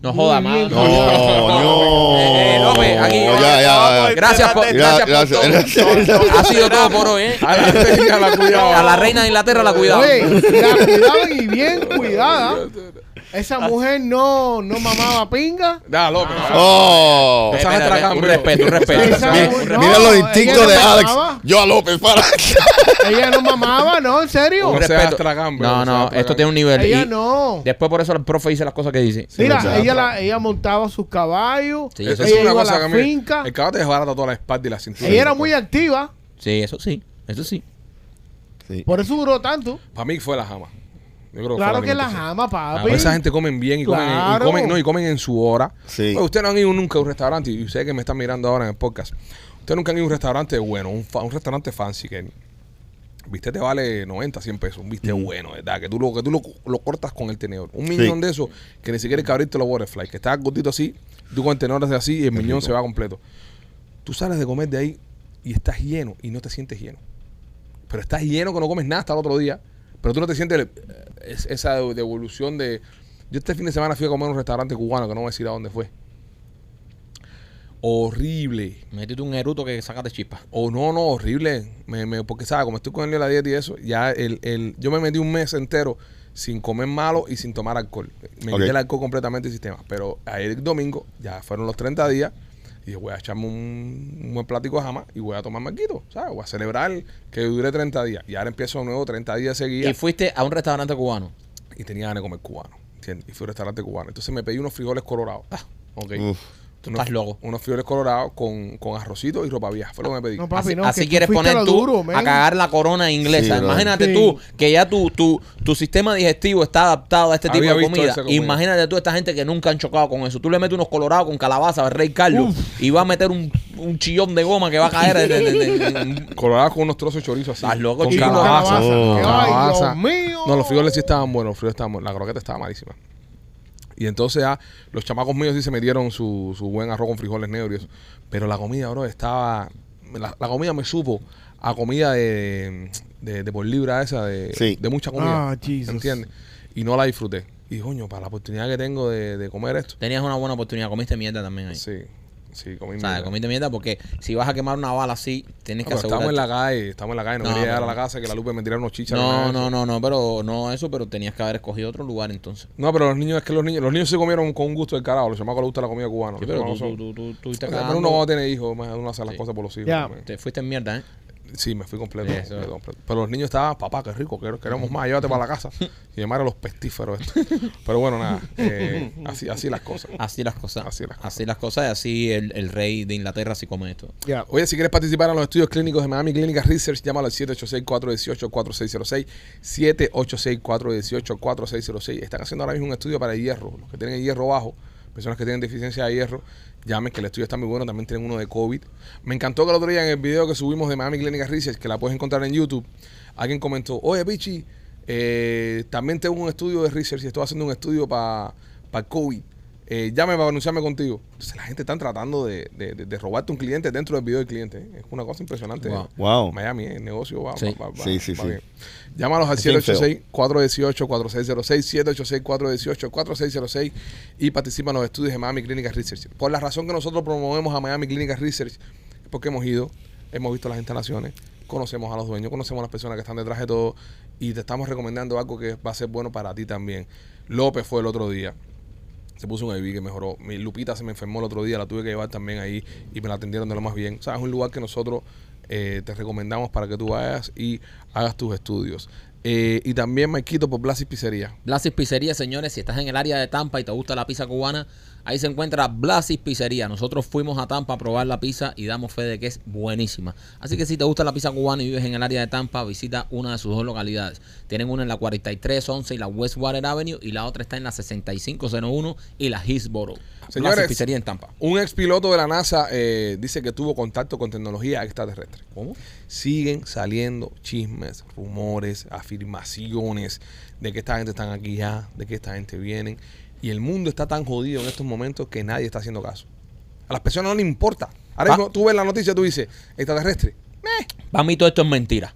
No joda muy más. bien. No, no. Eh, eh, López, aquí- ya, ya, ya. Gracias por- Ya, gracias por todo. gracias. Ha sido todo por hoy, ¿eh? A la reina la cuidaba. A la reina de Inglaterra la cuidaba. Oye, la cuidaban y bien cuidada. Esa Ah. mujer no, no mamaba pinga. Da, loco. Oh. Esa es otra un cambio. respeto, un respeto. Esa- Mira, no, mira los ella instintos no de Alex. mamaba. Yo a López, para. Ella no mamaba, no, en serio. Un Un No seas respeto. tragán, bro, No, no no, seas tragán. esto tiene un nivel. Ella y no. Después por eso el profe dice las cosas que dice. Mira, verdad. ella, la, ella montaba sus caballos. Sí, Eso eso ella es una iba a cosa que la a mí. finca. El caballo te desbarata toda la espalda y la cintura. Ella era muy activa. Sí, eso sí. Eso sí. Sí. Por eso duró tanto. Para mí fue la jama. Yo creo Claro fue que la alimentación. ama, papi. Ah, Pero esa gente comen bien y comen, y Claro. comen, no, y comen en su hora. Sí. Oye, ustedes no han ido nunca a un restaurante, y ustedes que me están mirando ahora en el podcast, ustedes nunca han ido a un restaurante bueno, un, fa- un restaurante fancy que viste te vale 90, 100 pesos, un viste bueno, ¿verdad? Que tú, lo, que tú lo, lo cortas con el tenedor. Un millón de esos que ni siquiera el cabrito lo butterfly, que está gordito así, tú con el tenedor haces así y el millón se va completo. Tú sales de comer de ahí y estás lleno y no te sientes lleno pero estás lleno que no comes nada hasta el otro día. Pero tú no te sientes eh, es- esa de- devolución de... Yo este fin de semana fui a comer a un restaurante cubano que no voy a decir a dónde fue. Horrible. Métete un eruto que sacaste chispa. O no, no, horrible. Me, me- porque, ¿sabes? Como estoy con el de la dieta y eso, ya el, el- yo me metí un mes entero sin comer malo y sin tomar alcohol. Me Ok. quité el alcohol completamente del sistema. Pero ayer domingo, ya fueron los 30 días, Y yo voy a echarme un, un buen plático de jamás y voy a tomarme el quito, ¿sabes? Voy a celebrar que dure 30 días. Y ahora empiezo de nuevo 30 días Y seguidos fuiste a un restaurante cubano. y, tenía ganas de comer cubano, ¿entiendes? Y fui a un restaurante cubano. Entonces me pedí unos frijoles colorados. Ah, ok. Uf. Tú Unos- estás loco. Unos frijoles colorados con, con arrocito y ropa vieja. Fue lo que me pedí. No, así papi, no, así que quieres tú fuiste poner a lo tú duro, man. a cagar la corona inglesa. Sí, bro. Imagínate Sí. tú que ya tu, tu, tu sistema digestivo está adaptado a este tipo Había de visto comida. esa comida. Imagínate tú a esta gente que nunca han chocado con eso. Tú le metes unos colorados con calabaza al rey Carlos y va a meter un, un chillón de goma que va a caer. de- de- de- de- de- Colorados con unos trozos de chorizo así. Estás loco, con chico. calabaza. Calabaza. con Ay, calabaza. Dios mío. No, los frijoles sí estaban buenos, los frijoles estaban buenos. La croqueta estaba malísima. Y entonces ah, los chamacos míos sí se metieron su, su buen arroz con frijoles negros y eso. Pero la comida, bro, estaba... La, la comida me supo a comida de, de, de por libra esa, de, Sí. de mucha comida. Ah, Jesus. ¿Entiendes? Y no la disfruté. Y, coño, para la oportunidad que tengo de, de comer esto. Tenías una buena oportunidad. Comiste mierda también ahí. Sí, sí, comí O sea, mierda. comiste mierda porque si vas a quemar una bala así, tienes No, que Ah, pero asegurar. estamos en la calle, estamos en la calle. No, No, quería llegar a la pero- casa que la Lupe me tirara unos chichas. No, no, no, no, pero no eso, pero tenías que haber escogido otro lugar entonces. No, pero los niños, es que los niños, los niños se comieron con un gusto del carajo. Los chamacos les gusta la comida cubana. Sí, Los pero chamacos tú, son- tú, tú, tú, tú O estás sea, pero cagando. uno cuando tiene hijos, más uno hace las cosas por los hijos. Ya. también. Te fuiste en mierda, ¿eh? Sí, me fui completo, Eso. completo, completo. Pero los niños estaban, papá, qué rico, quer- queremos más, llévate para la casa. Y llamar a los pestíferos. estos. Pero bueno, nada, eh, así, así las cosas. Así las cosas. Así las cosas. Así las cosas y así el, el rey de Inglaterra sí come esto. Ya. Oye, si quieres participar en los estudios clínicos de Miami Clínica Research, llámalo al 786-418-4606. 786-418-4606. Están haciendo ahora mismo un estudio para hierro. Los que tienen el hierro bajo, personas que tienen deficiencia de hierro, llamen que el estudio está muy bueno. También tienen uno de COVID. Me encantó que el otro día en el video que subimos de Miami Clínica Research, que la puedes encontrar en YouTube, alguien comentó, oye, Pichi, eh, también tengo un estudio de research y estoy haciendo un estudio para COVID eh, llame para anunciarme contigo. Entonces la gente está tratando de, de- de- de robarte un cliente dentro del video del cliente. ¿eh? Es una cosa impresionante. Wow. Wow. Miami, ¿eh? el negocio va, Sí. va- va- Sí, sí, va sí. bien. Llámalos al I think so. 786-418-4606, 786-418-4606 y participa en los estudios de Miami Clinic Research. Por la razón que nosotros promovemos a Miami Clinic Research es porque hemos ido, hemos visto las instalaciones, conocemos a los dueños, conocemos a las personas que están detrás de todo y te estamos recomendando algo que va a ser bueno para ti también. López fue el otro día. Se puso un IV que mejoró. Mi Lupita se me enfermó el otro día, la tuve que llevar también ahí y me la atendieron de lo más bien. O sea, es un lugar que nosotros eh, te recomendamos para que tú vayas y hagas tus estudios. Eh, y también me quito por Blasis Pizzería. Blasis Pizzería, señores, si estás en el área de Tampa y te gusta la pizza cubana, ahí se encuentra Blasis Pizzería. Nosotros fuimos a Tampa a probar la pizza y damos fe de que es buenísima. Así que si te gusta la pizza cubana y vives en el área de Tampa, visita una de sus dos localidades. Tienen una en la 4311 y la Westwater Avenue y la otra está en la 6501 y la Hillsboro. Señores. Blasis Pizzería en Tampa. Un ex piloto de la NASA eh, dice que tuvo contacto con tecnología extraterrestre. ¿Cómo? siguen saliendo chismes, rumores, afirmaciones de que esta gente están aquí ya, de que esta gente viene. Y el mundo está tan jodido en estos momentos que nadie está haciendo caso. A las personas no les importa. Ahora Ah. mismo tú ves la noticia, tú dices, extraterrestre. Para mí todo esto es mentira.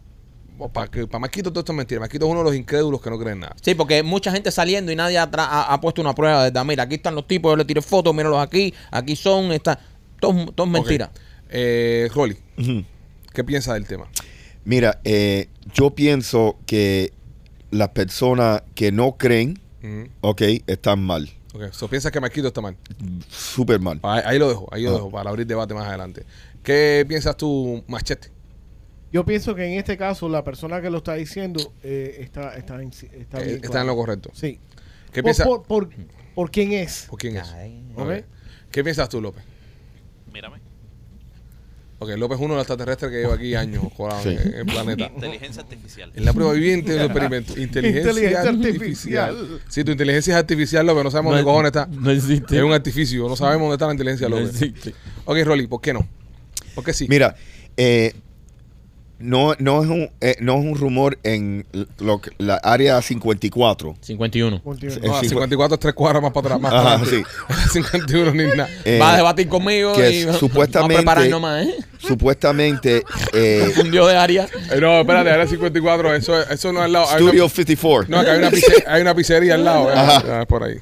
Para pa Maquito todo esto es mentira. Maquito es uno de los incrédulos que no creen nada. Sí, porque mucha gente saliendo y nadie ha, tra- ha- ha puesto una prueba de, mira, aquí están los tipos, yo le tiré fotos, míralos aquí, aquí son, está, todo, todo es mentira. Ok. Eh, Rolly, Ujú. ¿qué piensas del tema? Mira, eh, yo pienso que las personas que no creen, Mm, ok, están mal. ok. So, ¿Piensas que Maquito está mal? Súper mal. Pues Ahí, ahí lo dejo, ahí lo Ah. dejo para abrir debate más adelante. ¿Qué piensas tú, Machete? Yo pienso que en este caso la persona que lo está diciendo eh, está, está, en- está Eh, bien está clara. en lo correcto. Sí. ¿Qué por, piensas? por, por, por quién es. ¿Por quién es? Ay. Ok. Ok. ¿Qué piensas tú, López? Mírame. Ok, López es uno de los extraterrestres que lleva aquí años colado Sí. en el planeta. Inteligencia artificial. Es la prueba viviente del experimento. Inteligencia, Inteligencia artificial. artificial. Si tu inteligencia es artificial, López, no sabemos dónde cojones está. No existe. Es un artificio, no sabemos dónde está la inteligencia, No López. existe. Ok, Rolly, ¿por qué no? ¿Por qué sí? Mira, eh, no, no, es un, eh, no es un rumor en lo que- la área 54. 51. Continúa. Sí. No, a el cincu- 54 es tres cuadras más para atrás. Más Ajá, adelante. 51 ni nada. Eh, Va a debatir conmigo que y va- supuestamente- va a preparar nomás, ¿eh? Supuestamente, eh, Un dios de Arias. Eh, No, espérate, ahora 54, eso, eso no es al lado. hay una- Studio 54. no, que hay una, pizze- hay una pizzería al lado. eh, Ajá. eh, por ahí.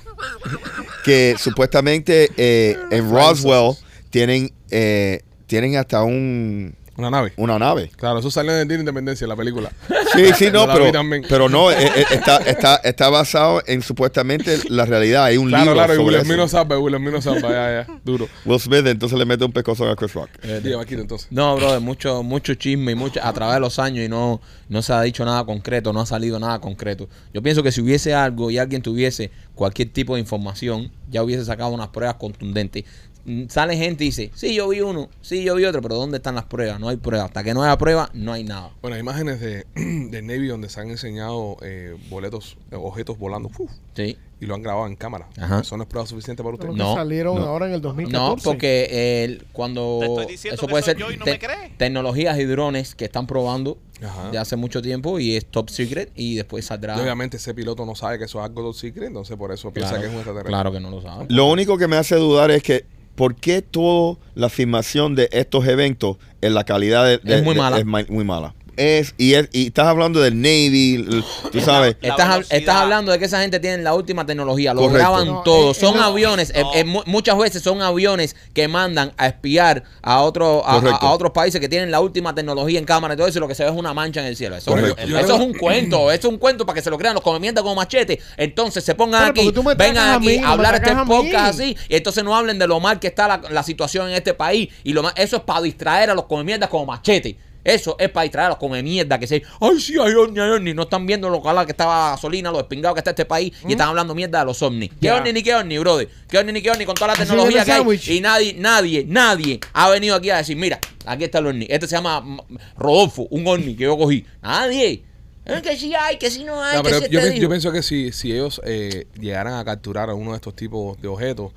que supuestamente eh, en Roswell tienen eh, tienen hasta un Una nave. una nave. Claro, eso salió en el Día de Independencia, la película. Sí, sí, no, Yo la vi pero, también. pero no, eh, eh, está, está, está basado en supuestamente la realidad. Hay un Claro, libro claro, y sobre Wilhelmino eso. Zappa, Wilhelmino Zappa, ya, ya, duro. Will Smith entonces le mete un pescozón a Chris Rock. Día Vaquero, entonces. No, brother, mucho, mucho chisme y mucho, a través de los años y no, no se ha dicho nada concreto, no ha salido nada concreto. Yo pienso que si hubiese algo y alguien tuviese cualquier tipo de información, ya hubiese sacado unas pruebas contundentes. Mm, Sale gente y dice, sí, yo vi uno, sí, yo vi otro, pero ¿dónde están las pruebas? No hay pruebas. Hasta que no haya pruebas, no hay nada. Bueno, hay imágenes de, de Navy donde se han enseñado eh, boletos, eh, objetos volando, ¡fuf! Sí. y lo han grabado en cámara. Ajá. Eso no es prueba suficiente para usted. Creo que No, salieron no. ahora en el No, 2014. porque eh, cuando... Te estoy diciendo que soy yo y no me crees. Tecnologías y drones que están probando Ajá. de hace mucho tiempo y es top secret y después saldrá... Y obviamente ese piloto no sabe que eso es algo top secret, entonces por eso piensa Claro, que es un extraterrestre. claro que no lo sabe. Lo único que me hace dudar es que ¿por qué toda la filmación de estos eventos en la calidad de, de- Es muy de- mala. es ma- muy mala? Es, y, es, y estás hablando del Navy, l- tú sabes. La Estás, hab- velocidad. estás hablando de que esa gente tiene la última tecnología, lo Correcto. graban No, todo, es- es son lo- aviones, eh, No. eh, mu- muchas veces son aviones que mandan a espiar a, otro, a, Correcto. a- a otros países que tienen la última tecnología en cámara y todo eso, y lo que se ve es una mancha en el cielo. Eso, Correcto. eso es un cuento, eso es un cuento para que se lo crean los comemientas con machete. Entonces se pongan Pero aquí, porque tú me vengan atacas a aquí mí, no a me hablar este atacas a mí. podcast así, y entonces no hablen de lo mal que está la, la situación en este país, y lo ma- eso es para distraer a los comemientas con machete. Eso es para distraer a los come mierda que se ay sí, hay ovni, hay ovni. No están viendo lo cala que está la gasolina, lo espingado que está este país y están hablando mierda de los ovnis. ¿Qué Ya. ovni ni qué ovni, brother? ¿Qué ovni ni qué ovni con toda la Así viene tecnología que hay? sándwich. Y nadie, nadie, nadie ha venido aquí a decir, mira, aquí está el ovni. Este se llama mm, Rodolfo, un ovni que yo cogí. Nadie. Es que sí hay, que sí no hay, No, Ah, que pero sí yo, te pi- digo. yo pienso que si, si ellos eh, llegaran a capturar a uno de estos tipos de objetos,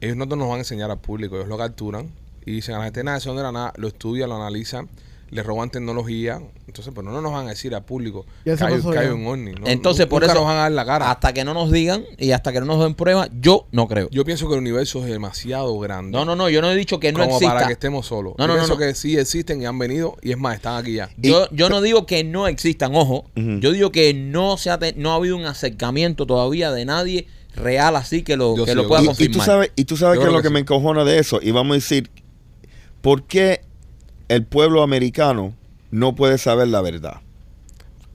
ellos no te- nos van a enseñar al público, ellos lo capturan y dicen a la gente, nada, eso no era nada, lo estudian, lo analizan, le roban tecnología, entonces pero no nos van a decir al público Ya que se hay, pasó que hay ya. un ovni. ¿no? Entonces, Nu- por nunca eso, nos van a dar la cara. hasta que no nos digan y hasta que no nos den pruebas, yo no creo. Yo pienso que el universo es demasiado grande. No, no, no, yo no he dicho que no como exista. para que estemos solos. No, Yo no, no, pienso no. que sí existen y han venido y es más, están aquí ya. Yo, yo no digo que no existan, ojo. Ujú. Yo digo que no se ha te- no ha habido un acercamiento todavía de nadie real así que lo, Yo que sí, lo yo pueda creo. Y, y tú confirmar. sabes, y tú sabes Yo que es creo que lo que sí. me encojona de eso. Y vamos a decir, ¿por qué el pueblo americano no puede saber la verdad?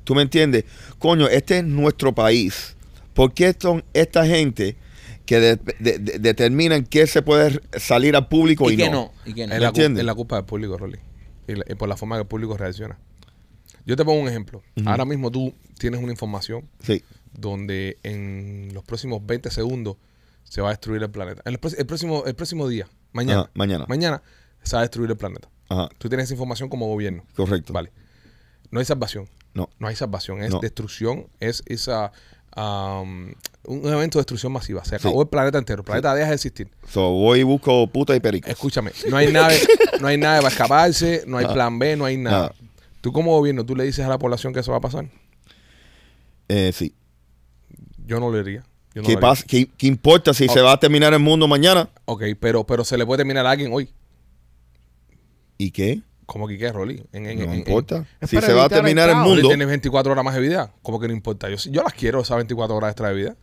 ¿Tú me entiendes? Coño, este es nuestro país. ¿Por qué son esta gente que de- de- de- determinan qué se puede salir al público y, y que no? no, y que no. Es la, cu- entiendes? es la culpa del público, Rolly. Y, la- y por la forma que el público reacciona. Yo te pongo un ejemplo. Ahora mismo tú tienes una información Sí. donde en los próximos 20 segundos se va a destruir el planeta. En los pro- el, próximo, el próximo día, mañana, Ajá, Ah, mañana. mañana, se va a destruir el planeta. Ajá. Tú tienes esa información como gobierno. Correcto. Vale. No hay salvación. No. No hay salvación, es No. destrucción, es esa am, un evento de destrucción masiva. Se acabó Sí. el planeta entero, el planeta deja de existir. So, voy y busco puta y perico. Escúchame, no hay nave, no hay nave para escaparse, no hay plan B, no hay nada. Ah. Nada. Tú como gobierno, tú le dices a la población que eso va a pasar. Eh, sí. Yo no lo diría. Yo no ¿Qué, lo haría. pasa- qué- qué importa si se va a terminar el mundo mañana? Ok, pero, pero se le puede terminar a alguien hoy. ¿Y qué? Como que qué, Rolly. En, en- No en- importa. Es Si para se va a evitar el terminar el caos. Rolly, mundo, tienes 24 horas más de vida. Como que no importa. Yo, yo las quiero esas 24 horas extra de vida.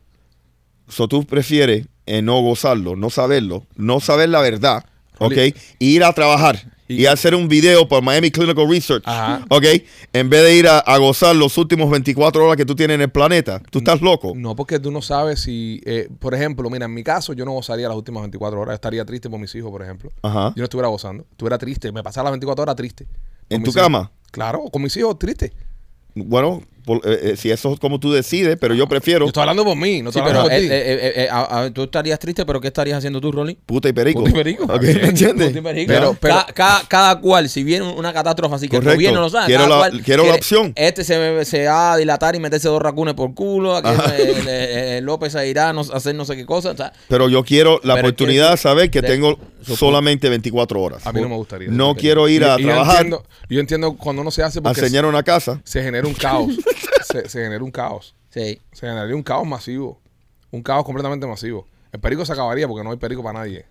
so tú prefieres eh, no gozarlo, no saberlo, no saber la verdad, ¿ok? Rolly. Y ir a trabajar y, Y- hacer un video por Miami Clinical Research, Ajá. ¿ok? En vez de ir a, a gozar los últimos 24 horas que tú tienes en el planeta. ¿Tú estás loco? No, porque tú no sabes si, eh, por ejemplo, mira, en mi caso yo no gozaría las últimas 24 horas. Yo estaría triste por mis hijos, por ejemplo. Ajá. Yo no estuviera gozando. Estuviera triste. Me pasaba las 24 horas triste. Con ¿En mis tu hijos. cama? Claro, con mis hijos triste. Bueno, por- eh, eh, si eso es como tú decides, pero yo prefiero Yo estoy hablando por mí, no Sí, estoy pero hablando por eh, ti. eh, eh, eh, a- a- tú estarías triste, pero ¿qué estarías haciendo tú, Rolly? puta y perico. Puta y perico. ¿Ok? ¿Me entiendes? Puta y perico. ¿Ya? Pero, ca- ca- cada cual, si viene una catástrofe así que el Correcto. gobierno lo sabe, Quiero cada la- cual quiero la quiere- opción. Este se, se va a dilatar y meterse dos racunes por culo, aquel, el- el- el López se irá a no- a hacer no sé qué cosa. o sea, Pero yo quiero la Pero oportunidad de quiero- saber que de- tengo solamente 24 horas. A mí no me gustaría. No quiero ir a Y- y Yo trabajar, entiendo, yo entiendo cuando no se hace a porque enseñar una casa. se genera un caos. se, se genera un caos. sí. Se generaría un caos masivo. Un caos completamente masivo. El perico se acabaría porque no hay perico para nadie.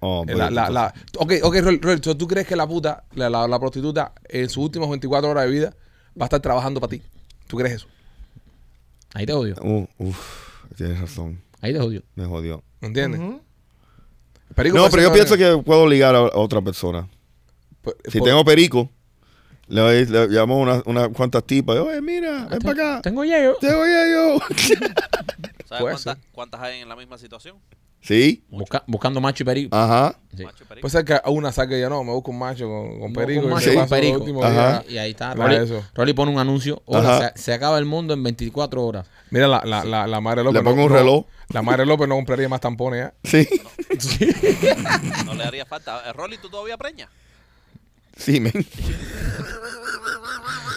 Oh, Eh, la- pues, la- la- ok, ok, Rol- Rol, ¿tú- ¿tú crees que la puta, la, la- la prostituta, en sus últimas 24 horas de vida, va a estar trabajando para ti? ¿Tú crees eso? Ahí te odio. Uh, uf, tienes razón, Ahí te odio. me jodió. ¿Me entiendes? Ujú. El perico No, puede ser pero yo una- pienso que puedo ligar a a otra persona. por- Si por- tengo perico, Le, doy- le llamó unas una cuantas tipas. Oye, mira, Ah, ven para acá. Tengo yo. Te voy a yo. ¿Sabes Puede cuántas, ser. cuántas hay en la misma situación? ¿Sí? Busca- buscando macho y perico. Ah, Ajá. Sí. Macho y perico. Puede ser que a una saque ya no, me busco un macho con, con No, perico. con y macho se y pasa los perico. últimos Ajá. días. Y ahí está. Nada de Rolly, eso. Rolly pone un anuncio. Hola, Ajá. se, se acaba el mundo en 24 horas. Mira, la, la, la, la madre López. Le pongo un reloj. La madre López no compraría más tampones ¿eh? ya. Sí. No le haría falta. Eh, Rolly, ¿tú todavía preñas? Sí, men.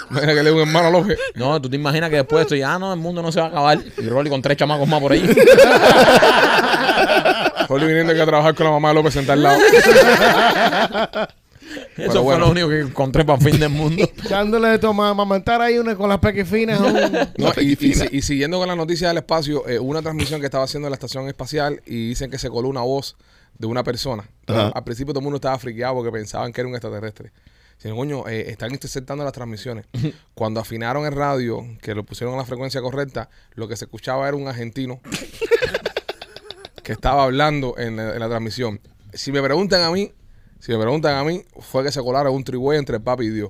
Mira que le digo hermano López. No, tú te imaginas que después estoy, ah, no, el mundo no se va a acabar. Y Rolly con tres chamacos más por ahí. Rolly viniendo aquí a trabajar con la mamá de López sentada al lado. Eso bueno. fue lo único que encontré para fin del mundo. Echándole de tomar, amamantar ahí una con las pequefinas. un- No, y, y- Fina. y- y siguiendo con la noticia del espacio, eh, hubo una transmisión que estaba haciendo en la estación espacial y dicen que se coló una voz de una persona. Ajá. Al principio todo el mundo estaba friqueado porque pensaban que era un extraterrestre. Dicen, coño, eh, están interceptando las transmisiones. Cuando afinaron el radio, que lo pusieron a la frecuencia correcta, lo que se escuchaba era un argentino que estaba hablando en la, en la transmisión. Si me preguntan a mí, si me preguntan a mí, fue que se colaron un trigüey entre el papi y Dios.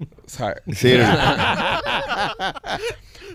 O sea, Sí. Ah,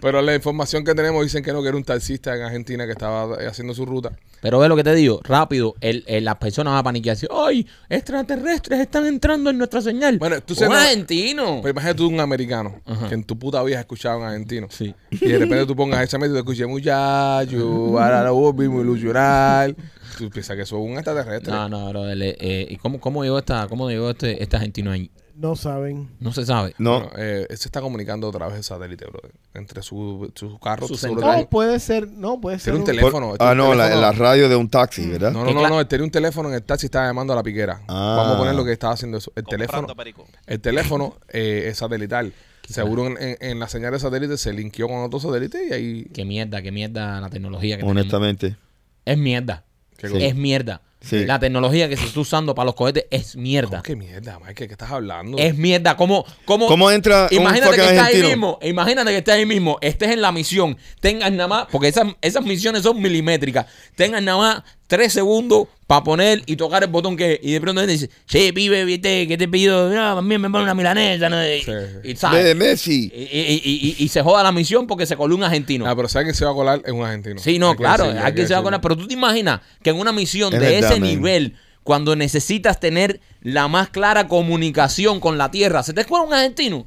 pero la información que tenemos dicen que no, que era un taxista en Argentina que estaba eh, haciendo su ruta. Pero ve lo que te digo, rápido, el, el- las personas van a paniquear así, ¡ay! Extraterrestres están entrando en nuestra señal. Bueno, tú un sabes- argentino. Pero imagínate tú un americano Oh. Ajá. que en tu puta vida has escuchado a un argentino. Sí. Y de repente tú pongas esa meta y te escuches muchacho, ahora lo volví muy ilusional. Tú piensas que soy un extraterrestre. No, no, bro. el, eh, eh, ¿Y cómo, cómo llegó esta, cómo llegó este, este argentino ahí? No saben. No se sabe. No. Bueno, eh, se está comunicando a través del satélite, bro. Entre su, su carro, Su su seguro central. No, tiene- puede ser, no, puede ser. tiene un un- Por- teléfono. tiene ah, un no, la, teléfono. la radio de un taxi, ¿verdad? No, no, Qué no, cla- no, él tenía un teléfono en el taxi y estaba llamando a la piquera. Ah. Vamos a poner lo que estaba haciendo eso. El Comprando teléfono. perico. El teléfono eh, es satelital. Seguro en, en- en la señal de satélite se linkeó con otro satélite y ahí. Qué mierda, qué mierda la tecnología que tenemos. Honestamente. Es mierda. ¿Qué cosa? Es mierda. Sí. La tecnología que se está usando para los cohetes es mierda. Oh, ¿Qué mierda, Mike? ¿Qué estás hablando? Es mierda. ¿Cómo, cómo, ¿Cómo entra un Imagínate fucking que estás ahí argentino? mismo. Imagínate que estás ahí mismo. Estés en la misión. Tengas nada más. Porque esas, esas misiones son milimétricas. Tengas nada más tres segundos para poner y tocar el botón que. Y de pronto te dice, che, pibe, viste, que te he pedido. No, también me pone una milanesa. ¿no?" Y, Sí, sí. y, ¿sabes? Ve, Messi. Y- y- y- y- y se joda la misión porque se coló un argentino. Ah, pero ¿sabes quién se va a colar? Es un argentino. Sí, no, Hay que claro, decirlo, hay alguien que se va a decirlo. colar. Pero tú te imaginas que en una misión Es de verdad, ese man. nivel, cuando necesitas tener la más clara comunicación con la Tierra, ¿se te escuela un argentino?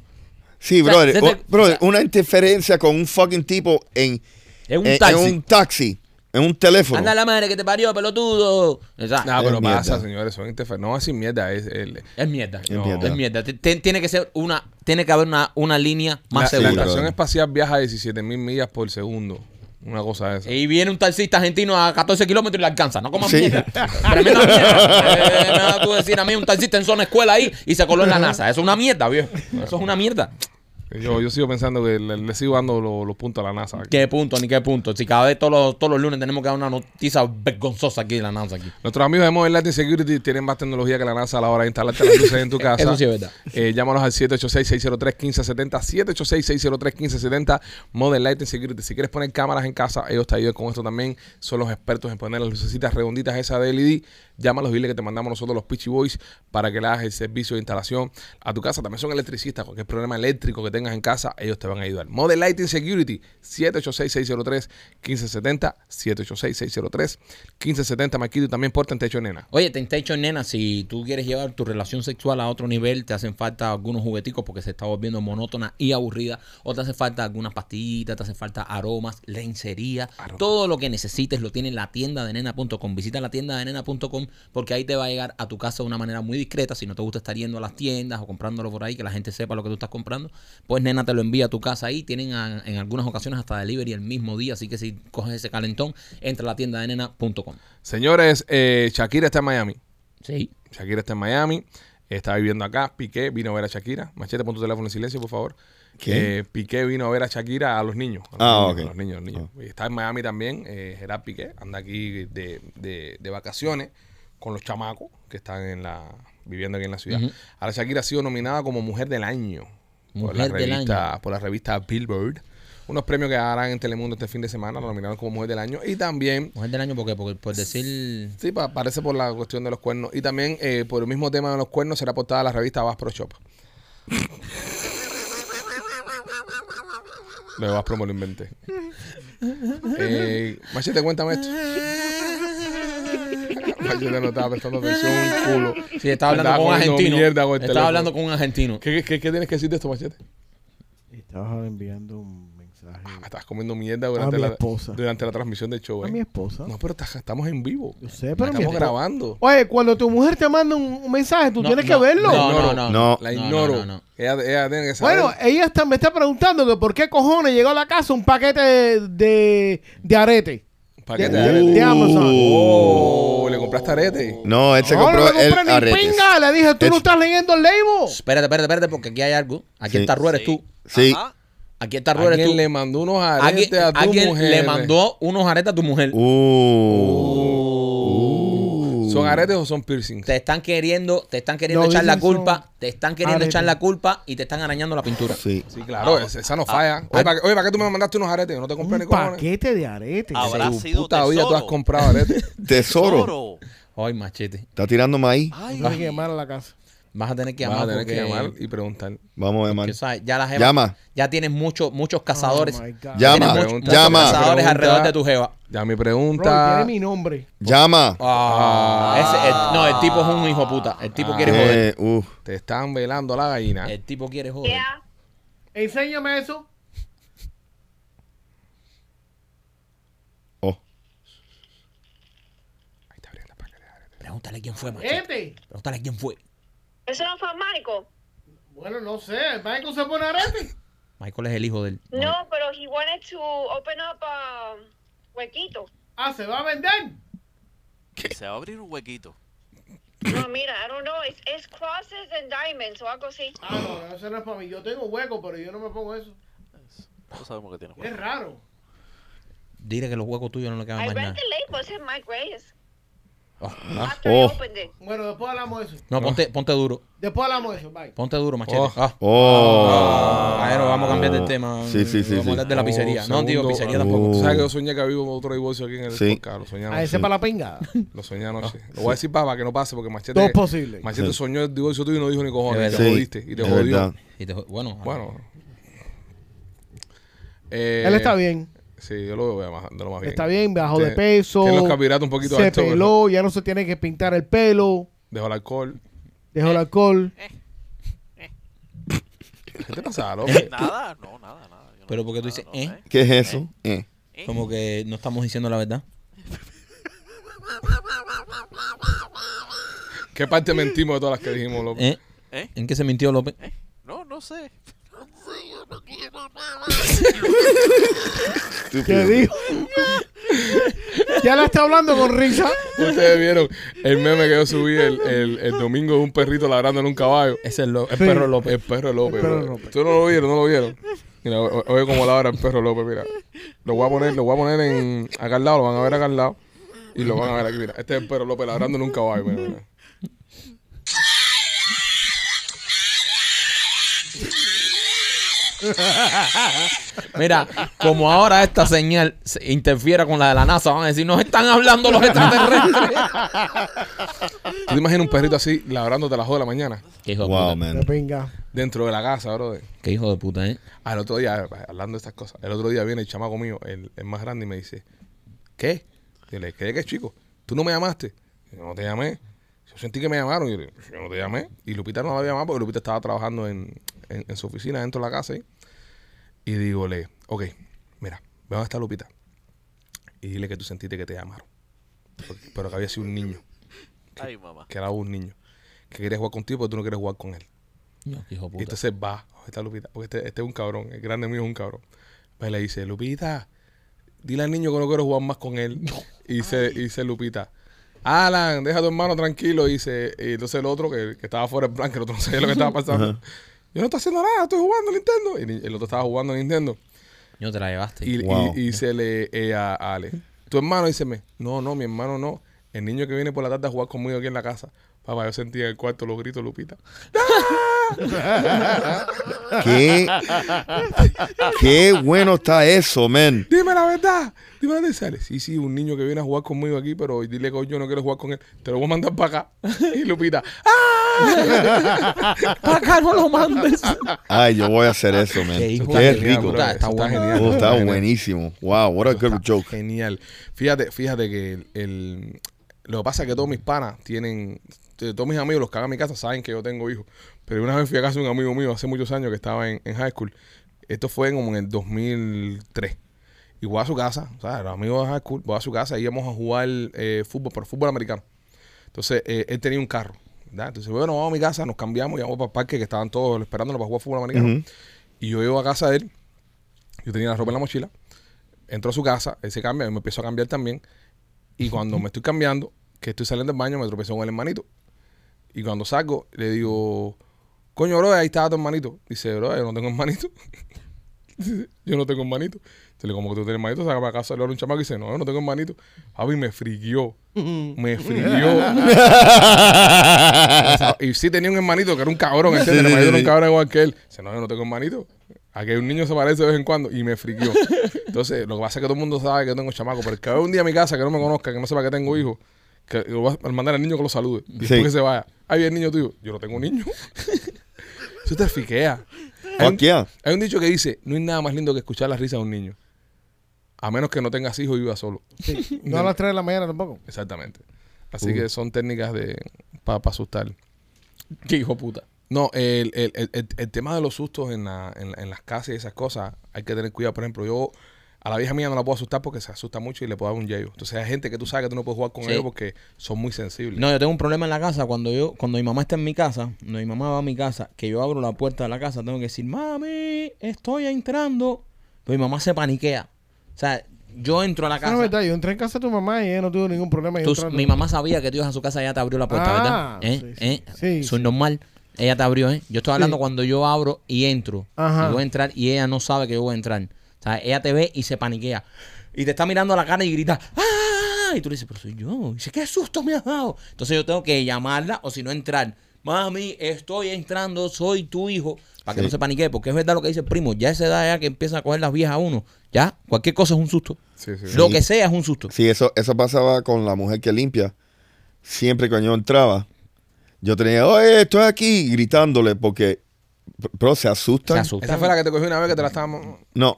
Sí, O sea, brother. se te- o- brother, o sea- una interferencia con un fucking tipo en, Es un en- en taxi. Eh, un taxi, en un teléfono. Anda la madre que te parió, pelotudo. O sea, No, pero Es mierda. pasa, señores. Son interfer... No, es sin mierda. Es el... Es mierda. Es No, mierda. Es mierda. T- t- Tiene que ser una, tiene que haber una, una línea más la, la segura. claro. estación espacial viaja a 17 mil millas por segundo. Una cosa de esa. Y viene un taxista argentino a 14 kilómetros y la alcanza. No comas Sí. mierda. Tremenda mierda. Eh, me vas tú a decir a mí un taxista en zona escuela ahí y se coló en la NASA. Eso es una mierda, viejo. Eso es una mierda. Yo, yo sigo pensando que le, le sigo dando lo- los puntos a la NASA. ¿Qué punto? Ni qué punto. Si cada vez todos los, todos los lunes tenemos que dar una noticia vergonzosa aquí de la NASA aquí. Nuestros amigos de Modern Lighting Security tienen más tecnología que la NASA a la hora de instalarte las luces en tu casa. Eso sí es verdad. Eh, llámanos al 786-603-1570. 786-603-1570. Modern Lighting Security. Si quieres poner cámaras en casa, ellos te ayudan con esto también. Son los expertos en poner las lucecitas redonditas esas de E LED. Llámalos y dile que te mandamos nosotros los Pitchy Boys para que le hagas el servicio de instalación a tu casa. También son electricistas. Cualquier problema eléctrico que tengas en casa, ellos te van a ayudar. Modern Lighting Security. 786-603-1570. 786-603-1570. Maquito y también porta en techo, nena. Oye, Temptation Nena, si tú quieres llevar tu relación sexual a otro nivel, te hacen falta algunos jugueticos porque se está volviendo monótona y aburrida, o te hace falta algunas pastillitas, te hace falta aromas, lencería, todo lo que necesites lo tiene en la tienda de nena.com. Visita la tienda de nena.com porque ahí te va a llegar a tu casa de una manera muy discreta. Si no te gusta estar yendo a las tiendas o comprándolo por ahí, que la gente sepa lo que tú estás comprando, pues Nena te lo envía a tu casa ahí. Tienen a- en algunas ocasiones hasta delivery el mismo día, así que si coges ese calentón, entra a la tienda de nena.com. Señores, eh, Shakira está en Miami. Sí. Shakira está en Miami. Está viviendo acá. Piqué vino a ver a Shakira. Machete, pon tu teléfono en silencio, por favor. ¿Qué? Eh, Piqué vino a ver a Shakira a los niños. A los Ah, niños, ok. a los niños, a los niños. Está en Miami también. eh, Gerard Piqué anda aquí de, de- de vacaciones con los chamacos que están en la viviendo aquí en la ciudad. Ujú. Ahora Shakira ha sido nominada como Mujer del Año por, la Mujer del revista, por la revista Billboard. Unos premios que harán en Telemundo este fin de semana. La nominaron como Mujer del Año. Y también Mujer del año, porque por, por decir. Sí, pa- parece por la cuestión de los cuernos. Y también eh, por el mismo tema de los cuernos será portada la revista Bass Pro Shop. Lo de Baspro me lo inventé. Eh, machete, cuéntame esto. Machete no estaba prestando atención un culo. Sí, estaba hablando Andaba con un comiendo argentino. mierda con el estaba teléfono. hablando con un argentino. ¿Qué, qué, qué tienes que decir de esto, Machete? Estabas enviando un mensaje Ah, estás comiendo mierda durante, mi la, esposa. durante la transmisión del show. a ¿eh? mi esposa. No, pero estás- estamos en vivo. Yo sé, pero estamos mi esposa- grabando. Oye, cuando tu mujer te manda un, un mensaje, tú No, tienes no, que verlo. La No, no, ignoro. no. No. La No, no, ignoro. no, no. Ella, ella tiene que saber. Bueno, ella está, me está preguntando que por qué cojones llegó a la casa un paquete de, de, de arete. Paquete de- de arete. de Amazon. Oh, le compraste arete. Uh. No, él se No, compró no compré el ni aretes. pinga. Le dije, tú Él- no estás leyendo el label. Espérate, espérate, espérate, porque aquí hay algo. Sí. Aquí está Rue eres Sí. tú. Sí. Ajá. Aquí está Rue eres Ah, tú. Alguien le mandó unos Alguien, aretes a tu alguien mujer. eh. le mandó unos aretes a tu mujer. Uh. ¿Son aretes o son piercings? Te están queriendo, te están queriendo No, echar la dicen son culpa, te están queriendo aretes. echar la culpa y te están arañando la pintura. Sí. Sí, claro, Ah, es- esa no falla. Oye, ¿para, qué- oye, ¿para qué tú me mandaste unos aretes? Yo no te compré ni Un cojones. paquete de arete. Ahora. Habrá Tu sido puta vida tú tesoro. has comprado aretes. Tesoro. Ay, machete. Está tirando maíz. Ay, Tienes que llamar a la casa. Vas a tener que Vas llamar a tener que porque- llamar y preguntar. Vamos a llamar. que sabes, ya las Llama. Ya tienes muchos, muchos cazadores. Oh my God. Llama, Tienes muchos- pregunta, muchos llama. cazadores pregunta. alrededor de tu jeva. Ya mi Bro, pregunta. tiene mi nombre. Llama. Ah, ese- el- no, el tipo es un hijo de puta. El tipo quiere joder. Eh, uh. Te están velando a la gallina. El tipo quiere joder. Enséñame eso. Oh. Ahí está abriendo el paquete de aretes. Pregúntale quién fue, machete. Este. Pregúntale quién fue. ¿Eso no fue Michael? Bueno, no sé. Michael se pone arete. Michael es el hijo del. No, pero he wanted to open up a huequito. Ah, se va a vender. se va a abrir un huequito. No, mira, I don't know. It's, it's crosses and diamonds o algo así. Ah, no, no, eso no es para mí. Yo tengo hueco, pero yo no me pongo eso. No sabemos que tiene Es hueco. raro. Dile que los huecos tuyos no le quedan I más read nada. the label. It said Mike Reyes. After Oh, Oh. I opened it. Bueno, después hablamos de eso. No, ponte, ponte duro. Después hablamos de eso. Bye. Ponte duro, machete. Oh. Ah. Oh. Bueno, vamos a cambiar de tema. Sí, sí, sí, Vamos sí. a hablar de la pizzería. Oh, no, digo segundo- pizzería Oh. tampoco. Tú sabes que yo soñé que había otro divorcio aquí en el Sí. podcast. Lo soñé A anoche. ese para la pinga. Lo soñé anoche. Lo voy a decir para, para que no pase porque Machete. Todo es posible. Machete Ah, Sí. soñó el divorcio tuyo y no dijo ni cojones. Es Y te verdad. jodiste. Y te es jodió. verdad. Y te- bueno, Bueno. Eh, Él está bien. Sí, yo lo veo más, de lo más bien. Está bien, bajó de Tiene- peso. Tiene los carbohidratos un poquito Se altos. pero peló, ya no se tiene que pintar el pelo. Dejó el alcohol. Dejó el alcohol. ¿Qué te pasa, loco? Nada, no, nada, nada. Yo no Pero digo porque tú nada, dices, Ah, no ¿eh? sé. ¿Qué es eso? Eh. como que no estamos diciendo la verdad. ¿Qué parte mentimos de todas las que dijimos, loco? ¿Eh? ¿Eh? ¿En qué se mintió López? No, no sé. ¿Qué dijo? ya la está hablando con risa. Ustedes vieron el meme que yo subí el, el, el domingo de un perrito ladrando en un caballo. Ese es el Sí. perro López. El perro López. perro bro. López. Tú no lo vieron, no lo vieron. Mira, o- oye cómo ladra el perro López, mira. Lo voy a poner, lo voy a poner en acá al lado, lo van a ver acá al lado. Y lo van a ver aquí, mira. Este es el perro López ladrando en un caballo, mira, mira. Mira, como ahora esta señal se interfiera con la de la NASA, van a decir, nos están hablando los extraterrestres. ¿Tú te imaginas un perrito así ladrando a las 2 de la mañana? Qué hijo de Wow, puta. La man. pinga. Dentro de la casa, brother. Qué hijo de puta, ¿eh? Al Ah, otro día, hablando de estas cosas, el otro día viene el chamaco mío, el, el más grande, y me dice, ¿qué? Y le ¿qué, qué chico? ¿Tú no me llamaste? Y yo no te llamé. Yo sentí que me llamaron y yo, le digo, yo no te llamé. Y Lupita no la había llamado porque Lupita estaba trabajando en, en- en su oficina dentro de la casa. ahí. Y dígole, ok, mira, ve dónde está Lupita. Y dile que tú sentiste que te llamaron. Porque- Pero que había sido un niño, Ay, mamá. que era un niño, que quería jugar contigo pero tú no quieres jugar con él. No, qué hijo de Y puta. entonces va, "Oh, está Lupita, porque este, este es un cabrón, el grande mío es un cabrón. Va y le dice, Lupita, dile al niño que no quiero jugar más con él. Y dice, y dice Lupita, Alan, deja a tu hermano tranquilo. Y dice, y entonces el otro que, que estaba fuera del plan, que el otro no sabía lo que estaba pasando. Yo no estoy haciendo nada, estoy jugando a Nintendo. Y ni- el otro estaba jugando a Nintendo. Yo te la llevaste. Y, y- Wow. y se le eh, a a Ale, tu hermano, díceme, no, no, mi hermano no. El niño que viene por la tarde a jugar conmigo aquí en la casa. Papá, yo sentía en el cuarto los gritos, de Lupita. Qué, qué bueno está eso, man. Dime la verdad. Dime la verdad. Y sale. Sí, sí, un niño que viene a jugar conmigo aquí, pero dile que hoy yo no quiero jugar con él. Te lo voy a mandar para acá. Y Lupita. ¡Ah! Para acá no lo mandes. Ay, yo voy a hacer eso, man. Qué Qué, hijo de rico. puta, Está está bueno. genial. Oh, está Está genial. buenísimo. Wow, what a good Está joke. Genial. Fíjate, fíjate que el, el- lo que pasa es que todos mis panas tienen, t- todos mis amigos, los que hagan mi casa, saben que yo tengo hijos. Pero una vez fui a casa de un amigo mío hace muchos años que estaba en, en high school. Esto fue como en el 2003. Y voy a su casa, o sea, los amigos de high school, voy a su casa y íbamos a jugar eh, fútbol, pero fútbol americano. Entonces, eh, él tenía un carro. ¿verdad? Entonces, bueno, vamos a mi casa, nos cambiamos y vamos para el parque que estaban todos esperándonos para jugar fútbol americano. Y yo llego a casa de él, yo tenía la ropa en la mochila, entro a su casa, él se cambia, yo me empiezo a cambiar también. Y cuando me estoy cambiando, que estoy saliendo del baño, me tropecé con el hermanito. Y cuando salgo, le digo, coño, bro, ahí estaba tu hermanito. Dice, bro, yo no tengo hermanito. Dice, yo no tengo hermanito. Entonces le digo, como que tú tienes hermanito, saca para casa, le habla un chamaco y dice, no, yo no tengo hermanito. Javi me frigió. Me frigió. Esa- y sí tenía un hermanito que era un cabrón, ese Sí, sí, hermanito sí, era un sí. cabrón igual que él. Dice, no, yo no tengo hermanito. A que un niño se parece de vez en cuando y me friquió. Entonces, lo que pasa es que todo el mundo sabe que yo tengo chamaco, pero el que vaya un día a mi casa que no me conozca, que no sepa que tengo hijos, que lo voy a mandar al niño que lo salude. Y después Sí. que se vaya, ahí viene el niño tuyo. Yo no tengo un niño. Eso te friquea. Hay un, Fuck yeah. hay un dicho que dice, no hay nada más lindo que escuchar la risa de un niño. A menos que no tengas hijos y vivas solo. Sí. No a las 3 de la mañana tampoco. Exactamente. Así que son técnicas de para asustar. Qué hijo de puta. No, el, el- el- el- el tema de los sustos en, la- en, en las casas y esas cosas, hay que tener cuidado. Por ejemplo, yo a la vieja mía no la puedo asustar porque se asusta mucho y le puedo dar un yeyo. Entonces hay gente que tú sabes que tú no puedes jugar con Sí. ellos porque son muy sensibles. No, yo tengo un problema en la casa. Cuando yo, cuando mi mamá está en mi casa, cuando mi mamá va a mi casa, que yo abro la puerta de la casa, tengo que decir, mami, estoy entrando. Pero mi mamá se paniquea. O sea, yo entro a la Ah, No, es casa. verdad, yo entré en casa de tu mamá y ella no tuvo ningún problema. yo Tú- entrando. mi mamá sabía que tú ibas a su casa y ella te abrió la puerta, Ah, ¿verdad? ¿Eh? sí, sí. ¿Eh? Sí, Soy sí. normal. Ella te abrió, ¿eh? Yo estoy hablando Sí. cuando yo abro y entro. Ajá. Y voy a entrar y ella no sabe que yo voy a entrar. O sea, ella te ve y se paniquea. Y te está mirando a la cara y grita, ¡ah! Y tú le dices, pero soy yo. Y dice, ¡qué susto me has dado! Entonces yo tengo que llamarla o si no entrar. Mami, estoy entrando, soy tu hijo. Para que Sí. no se paniquee, porque es verdad lo que dice el primo. Ya a esa edad ya que empieza a coger las viejas a uno. Ya, cualquier cosa es un susto. Sí, sí. Lo que sea es un susto. Sí, eso, eso pasaba con la mujer que limpia. Siempre que yo entraba, yo tenía, oye, estoy aquí, gritándole, porque, pero se asustan. Se asusta. Esa fue la que te cogí una vez que te la estábamos. No.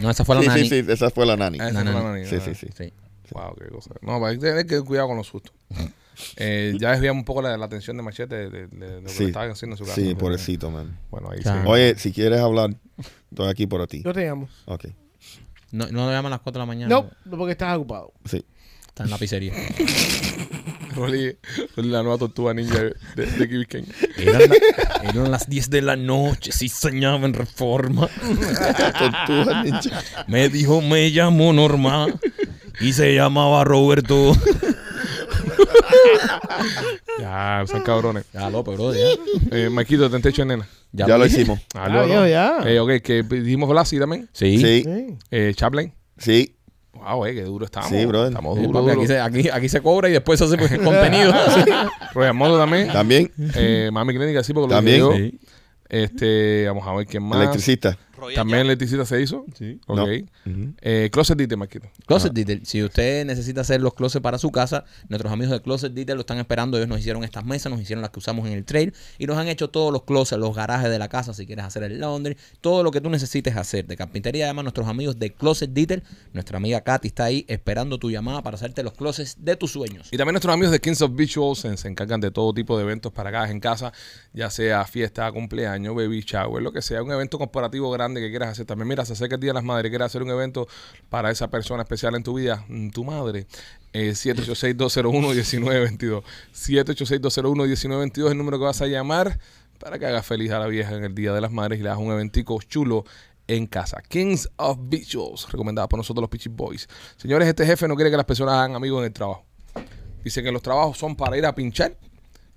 No, esa fue la sí, nani. sí, sí, esa fue la nani. Ah, esa No, fue no, la manía, Sí, ah. sí, sí. Sí. Wow, qué cosa. No, pero hay que tener que tener cuidado con los sustos. Eh, ya desviamos un poco la, la atención de Machete de, de- de lo que Sí. estaban haciendo en su casa. Sí, ¿no? pobrecito, man. Bueno, ahí Claro. sí. Oye, si quieres hablar, estoy aquí por ti. Yo te llamo. Ok, No, no lo llaman a las 4 de la mañana. No, no porque estás ocupado. sí. Está en la pizzería. Rolly, Rolly, la nueva tortuga ninja de, de, de Kiwi Ken. Eran, la- eran las 10 de la noche, sí soñaba en reforma. Tortuga ninja. Me dijo, me llamó Norma y se llamaba Roberto. Ah. Ya, son cabrones. Ya, lo bro, ya. Eh, Maquito, te hecho nena. Ya, lo dije. hicimos. Aló, Ah, aló. ya, ya. Eh, ok, que dijimos Blasi también. Sí. Sí, Sí. Eh, Chaplin. sí. Wow, eh, qué duro estamos. Sí, brother. Estamos Eh, duros. papi, aquí, duros. se, aquí- aquí se cobra y después se hace pues, contenido. Roger Mondo también. También, Eh, Mami Clínica, sí, porque lo También. dije yo. Sí. Este, vamos a ver quién más. electricista. Roger También ya. electricista se hizo. Sí. Ok. No. Ujú. Eh, Closet Dite, Maquito. Closet Detail. Si usted necesita hacer los closets para su casa, nuestros amigos de Closet Detail lo están esperando. Ellos nos hicieron estas mesas, nos hicieron las que usamos en el trail y nos han hecho todos los closets, los garajes de la casa, si quieres hacer el laundry, todo lo que tú necesites hacer de carpintería. Además, nuestros amigos de Closet Detail, nuestra amiga Katy está ahí esperando tu llamada para hacerte los closets de tus sueños. Y también nuestros amigos de Kings of Visuals se, se encargan de todo tipo de eventos para cada en casa, ya sea fiesta, cumpleaños, baby shower, lo que sea, un evento corporativo grande que quieras hacer. También, mira, se acerca el Día de las Madres, quieres hacer un evento para esa persona especial en tu vida, mm, tu madre. Eh, 786-201-1922. 786-201-1922 es el número que vas a llamar para que hagas feliz a la vieja en el Día de las Madres y le hagas un eventico chulo en casa. Kings of Visuals, recomendada por nosotros los Pitchy Boys. Señores, este jefe no quiere que las personas hagan amigos en el trabajo. Dice que los trabajos son para ir a pinchar,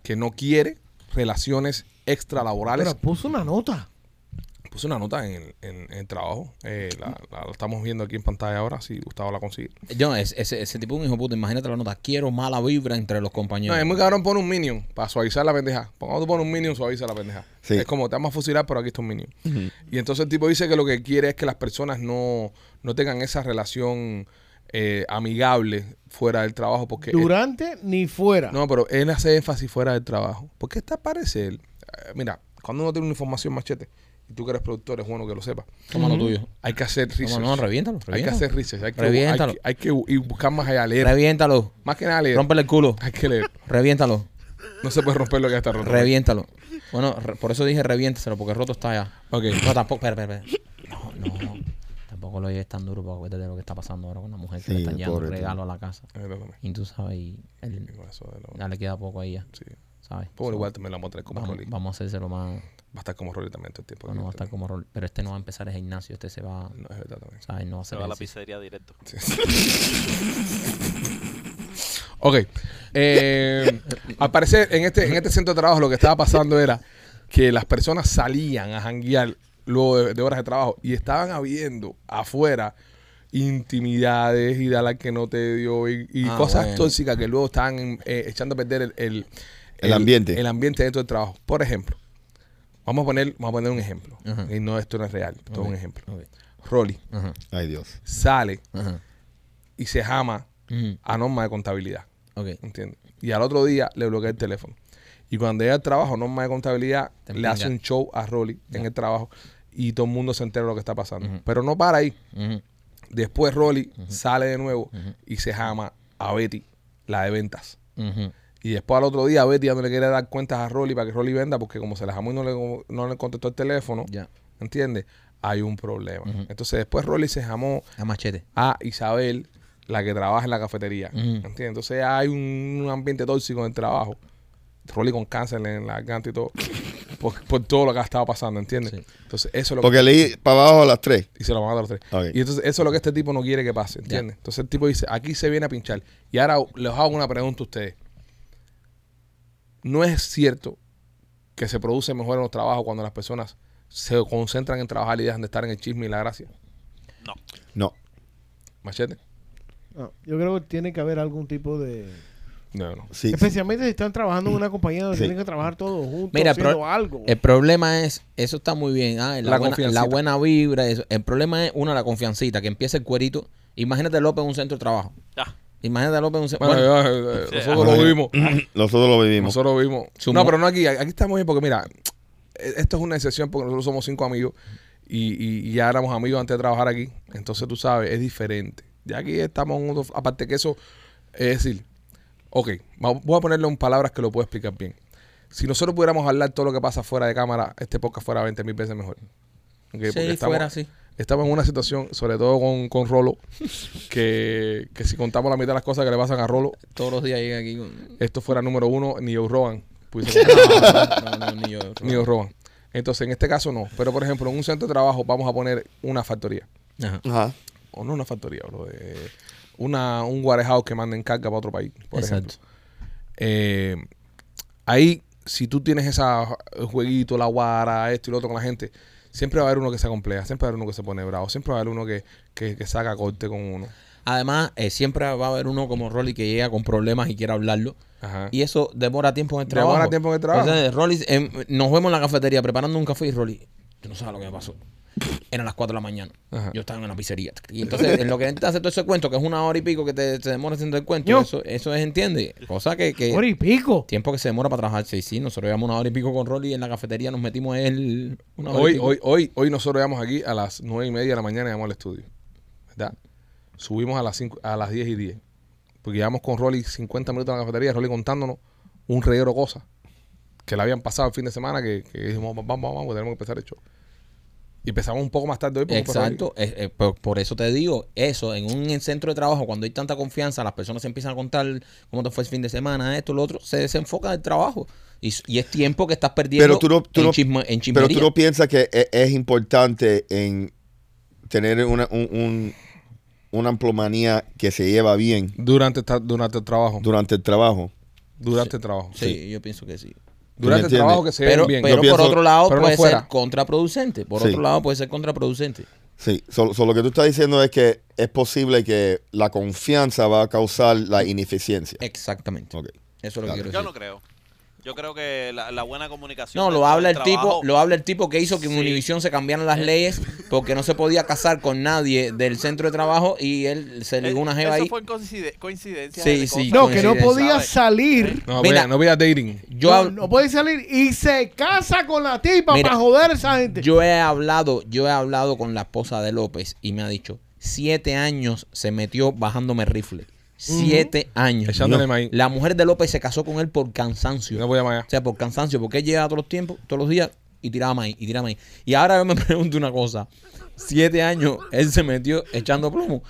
que no quiere relaciones extralaborales. Pero puso una nota. Puse una nota en el, en- en el trabajo. Eh, la, la- la estamos viendo aquí en pantalla ahora, si Gustavo la consigue. Yo, es- Eh, ese, ese tipo es un hijo de puta, imagínate la nota. Quiero mala vibra entre los No, compañeros. es muy cabrón poner un minion para suavizar la pendeja. Pongamos tú pones un minion, suaviza la pendeja. Sí. Es como te vamos a fusilar, pero aquí está un minion. Y entonces el tipo dice que lo que quiere es que las personas no, no tengan esa relación eh, amigable fuera del trabajo. Porque él- Durante ni Ah. fuera. no, pero él hace énfasis fuera del trabajo. Porque esta parece él. eh, mira, cuando uno tiene una información machete, y tú que eres productor, es bueno que lo sepas. Toma lo tuyo. Hay que hacer research. Toma, no, reviéntalo. hay que reviéntalo. hacer research. Hay que, hay Reviéntalo. que, hay que bu- y buscar más allá, leer. Reviéntalo. Más que nada leer. Rómpele el culo. Hay que leer. Reviéntalo. No se puede romper lo que ya está roto. Reviéntalo. Bueno, re- por eso dije reviéntaselo, porque roto está ya. Ok. No, tampoco. Espera, espera, espera. No, no, no. Tampoco lo lleves tan duro porque acuérdate de lo que está pasando ahora con la mujer que Sí, le están llevando pobre tío. regalo a la casa. Eh, no, no, Y tú sabes, y él- no, eso de lo- ya le queda poco ahí ya, sí. ¿sabes? Pero igual también la mostré como Vamos, Rolly. Va vamos a hacérselo más. a estar como Rolly también todo el tiempo. Bueno, va a Aquí estar como rol. Pero este no va a empezar el gimnasio, este se va. está. No, es verdad también. ¿Sabes? No va a Se hacer va a la ejercicio. pizzería directo. Ok. Eh, al parecer, en este, en este centro de trabajo lo que estaba pasando era que las personas salían a janguear luego de, de horas de trabajo y estaban habiendo afuera intimidades y dar la que no te dio y, y Ah, cosas bueno. tóxicas que luego estaban eh, echando a perder el, el- El ambiente. El ambiente dentro del trabajo. Por ejemplo, vamos a poner, vamos a poner un ejemplo. Ajá. Y no, esto no es real. Esto es un Ok, ejemplo. ok. Rolly Ajá, Ay, Dios. sale ajá. y se jama Ujú, a norma de contabilidad. Ok. ¿Entiendes? Y al otro día le bloquea el teléfono. Y cuando llega al trabajo, norma de contabilidad, Te le hace empinga. un show a Rolly en el trabajo y todo el mundo se entera de lo que está pasando. Ujú. Pero no para ahí. Ujú, Después Rolly sale de nuevo y se llama a Betty, la de ventas. ujú. Y después al otro día Betty ya no le quiere dar cuentas a Rolly para que Rolly venda porque como se la llamó y no le, no le contestó el teléfono, Ya. ¿entiendes? Hay un problema. Entonces después Rolly se llamó A machete. a Isabel, la que trabaja en la cafetería. Ujú. ¿Entiendes? Entonces hay un, un ambiente tóxico en el trabajo. Rolly con cáncer en la garganta y todo. por, por todo lo que ha estado pasando, ¿entiendes? Sí. Entonces eso es lo Porque leí para abajo a las tres. que... Y se lo van a dar a los tres. Ok. Y entonces eso es lo que este tipo no quiere que pase, ¿entiendes? Entonces el tipo dice, aquí se viene a pinchar. Y ahora les hago una pregunta a ustedes. ¿No es cierto que se produce mejor en los trabajos cuando las personas se concentran en trabajar y dejan de estar en el chisme y la gracia? No. No. ¿Machete? No, Ah, Yo creo que tiene que haber algún tipo de... No, no. Sí. Especialmente si están trabajando en una compañía donde Sí. tienen que trabajar todos juntos Mira, haciendo pero- eh, algo. El problema es, eso está muy bien, ah, la, La buena, confiancita. la buena vibra, eso. el problema es, una, la confiancita, que empiece el cuerito. Imagínate a López en un centro de trabajo. Ah, Imagínate a López en un centro Bueno, bueno, ya, eh, Sí, Mm, nosotros ah, lo bueno. vimos. Nosotros lo vivimos. Nosotros lo vimos. Sumó. No, pero no aquí. Aquí estamos bien porque, mira, eh, esto es una excepción porque nosotros somos cinco amigos y, y- y ya éramos amigos antes de trabajar aquí. Entonces, tú sabes, es diferente. Ya aquí estamos en otro- Aparte que eso, es decir, ok, va- voy a ponerle en palabras que lo puedo explicar bien. Si nosotros pudiéramos hablar todo lo que pasa fuera de cámara, este podcast fuera 20 mil veces mejor. Ok, Sí, porque fuera así. Estamos en una situación, sobre todo con, con Rolo, que, que si contamos la mitad de las cosas que le pasan a Rolo, todos los días llega aquí. con- esto fuera número uno, ni Joe Rogan. pudiese No, no, ni yo. ni los roban. Entonces, en este caso no. Pero, por ejemplo, en un centro de trabajo vamos a poner una factoría. Ajá. Ajá. O no una factoría, bro. eh, una, un warehouse que manden carga para otro país, por Exacto. ejemplo. Eh, ahí, si tú tienes esa el jueguito, la guara, esto y lo otro con la gente, siempre va a haber uno que se compleja, siempre va a haber uno que se pone bravo, siempre va a haber uno que, que, que saca corte con uno. Además, eh, siempre va a haber uno como Rolly que llega con problemas y quiere hablarlo. Ajá. Y eso demora tiempo en el Demora trabajo. tiempo en el trabajo. Entonces, Rolly, em, nos vemos en la cafetería preparando un café y Rolly, tú no sabes lo que me pasó. Eran las 4 de la mañana. Ajá. Yo estaba en la pizzería. Y entonces, en lo que él te hace todo ese cuento, que es una hora y pico que te, te demora haciendo el cuento, Yo. eso, eso es, entiende. Cosa que. que Hora y pico. Tiempo que se demora para trabajar. Sí, sí, nosotros llevamos una hora y pico con Rolly y en la cafetería nos metimos él. Una hora y Hoy, pico. hoy, hoy, hoy nosotros llegamos aquí a las nueve y media de la mañana y llegamos al estudio. ¿Verdad? Subimos a las cinco, a las 10 y 10. Porque llevamos con Rolly 50 minutos en la cafetería, Rolly contándonos un reguero de cosas que le habían pasado el fin de semana que, que dijimos, vamos, vamos, vamos, tenemos que empezar el show. Y empezamos un poco más tarde hoy. porque fue Rolly. Exacto, eh, eh, por, por eso te digo, eso, en un centro de trabajo, cuando hay tanta confianza, las personas se empiezan a contar cómo te fue el fin de semana, esto, lo otro, se desenfoca del trabajo. Y, s- y es tiempo que estás perdiendo Pero tú no, tú en, no- chisma- pero en chismería. tú no piensas que e- es, importante en tener una, un- un- una emplomanía que se lleva bien Durante, esta- durante el trabajo. durante el trabajo. durante el trabajo. sí, yo pienso que sí. Durante el entiendes? trabajo que se Pero, ven bien. pero Yo por pienso- otro lado pero no puede fuera. ser contraproducente. Por Sí. otro lado puede ser contraproducente. Sí, solo lo que tú estás diciendo es que es posible que la confianza va a causar la ineficiencia. Exactamente. Ok. Eso es lo Claro. que quiero yo decir. no creo. Yo creo que la, la buena comunicación. No, lo dentro habla del el tipo, trabajo- lo habla el tipo que hizo que en Sí. Univision se cambiaran las leyes porque no se podía casar con nadie del centro de trabajo y él se Eh, ligó una jeva eso ahí. fue en coincide- coincidencia. Sí, de sí. cosas. No, que no Coincidencia. podía ¿Sabe? salir. No, Mira. vea, no vea dating. Eh, Yo, no, hab- no podía salir y se casa con la tipa Mira, para joder a esa gente. yo he hablado, yo he hablado con la esposa de López y me ha dicho, siete años se metió bajándome rifle. Siete años. Echándole No. maíz. La mujer de López se casó con él por cansancio. No voy a Miami. O sea, por cansancio, porque él llegaba todos los tiempos, todos los días y tiraba maíz, y tiraba maíz. Y ahora yo me pregunto una cosa. Siete años él se metió echando plomo.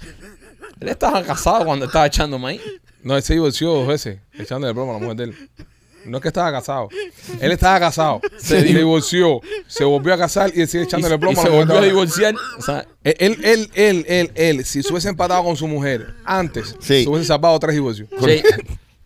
Él estaba casado cuando estaba echando maíz. No, él se divorció dos veces, echándole broma a la mujer de él. No es que estaba casado. Él estaba casado. Se divorció. Se volvió a casar y él sigue echándole y, y broma a se la mujer. volvió a de ahora. divorciar. O sea, Él, él, él, él, él, él, si se hubiese empatado con su mujer antes, Sí. se hubiese salvado tres divorcios. sí.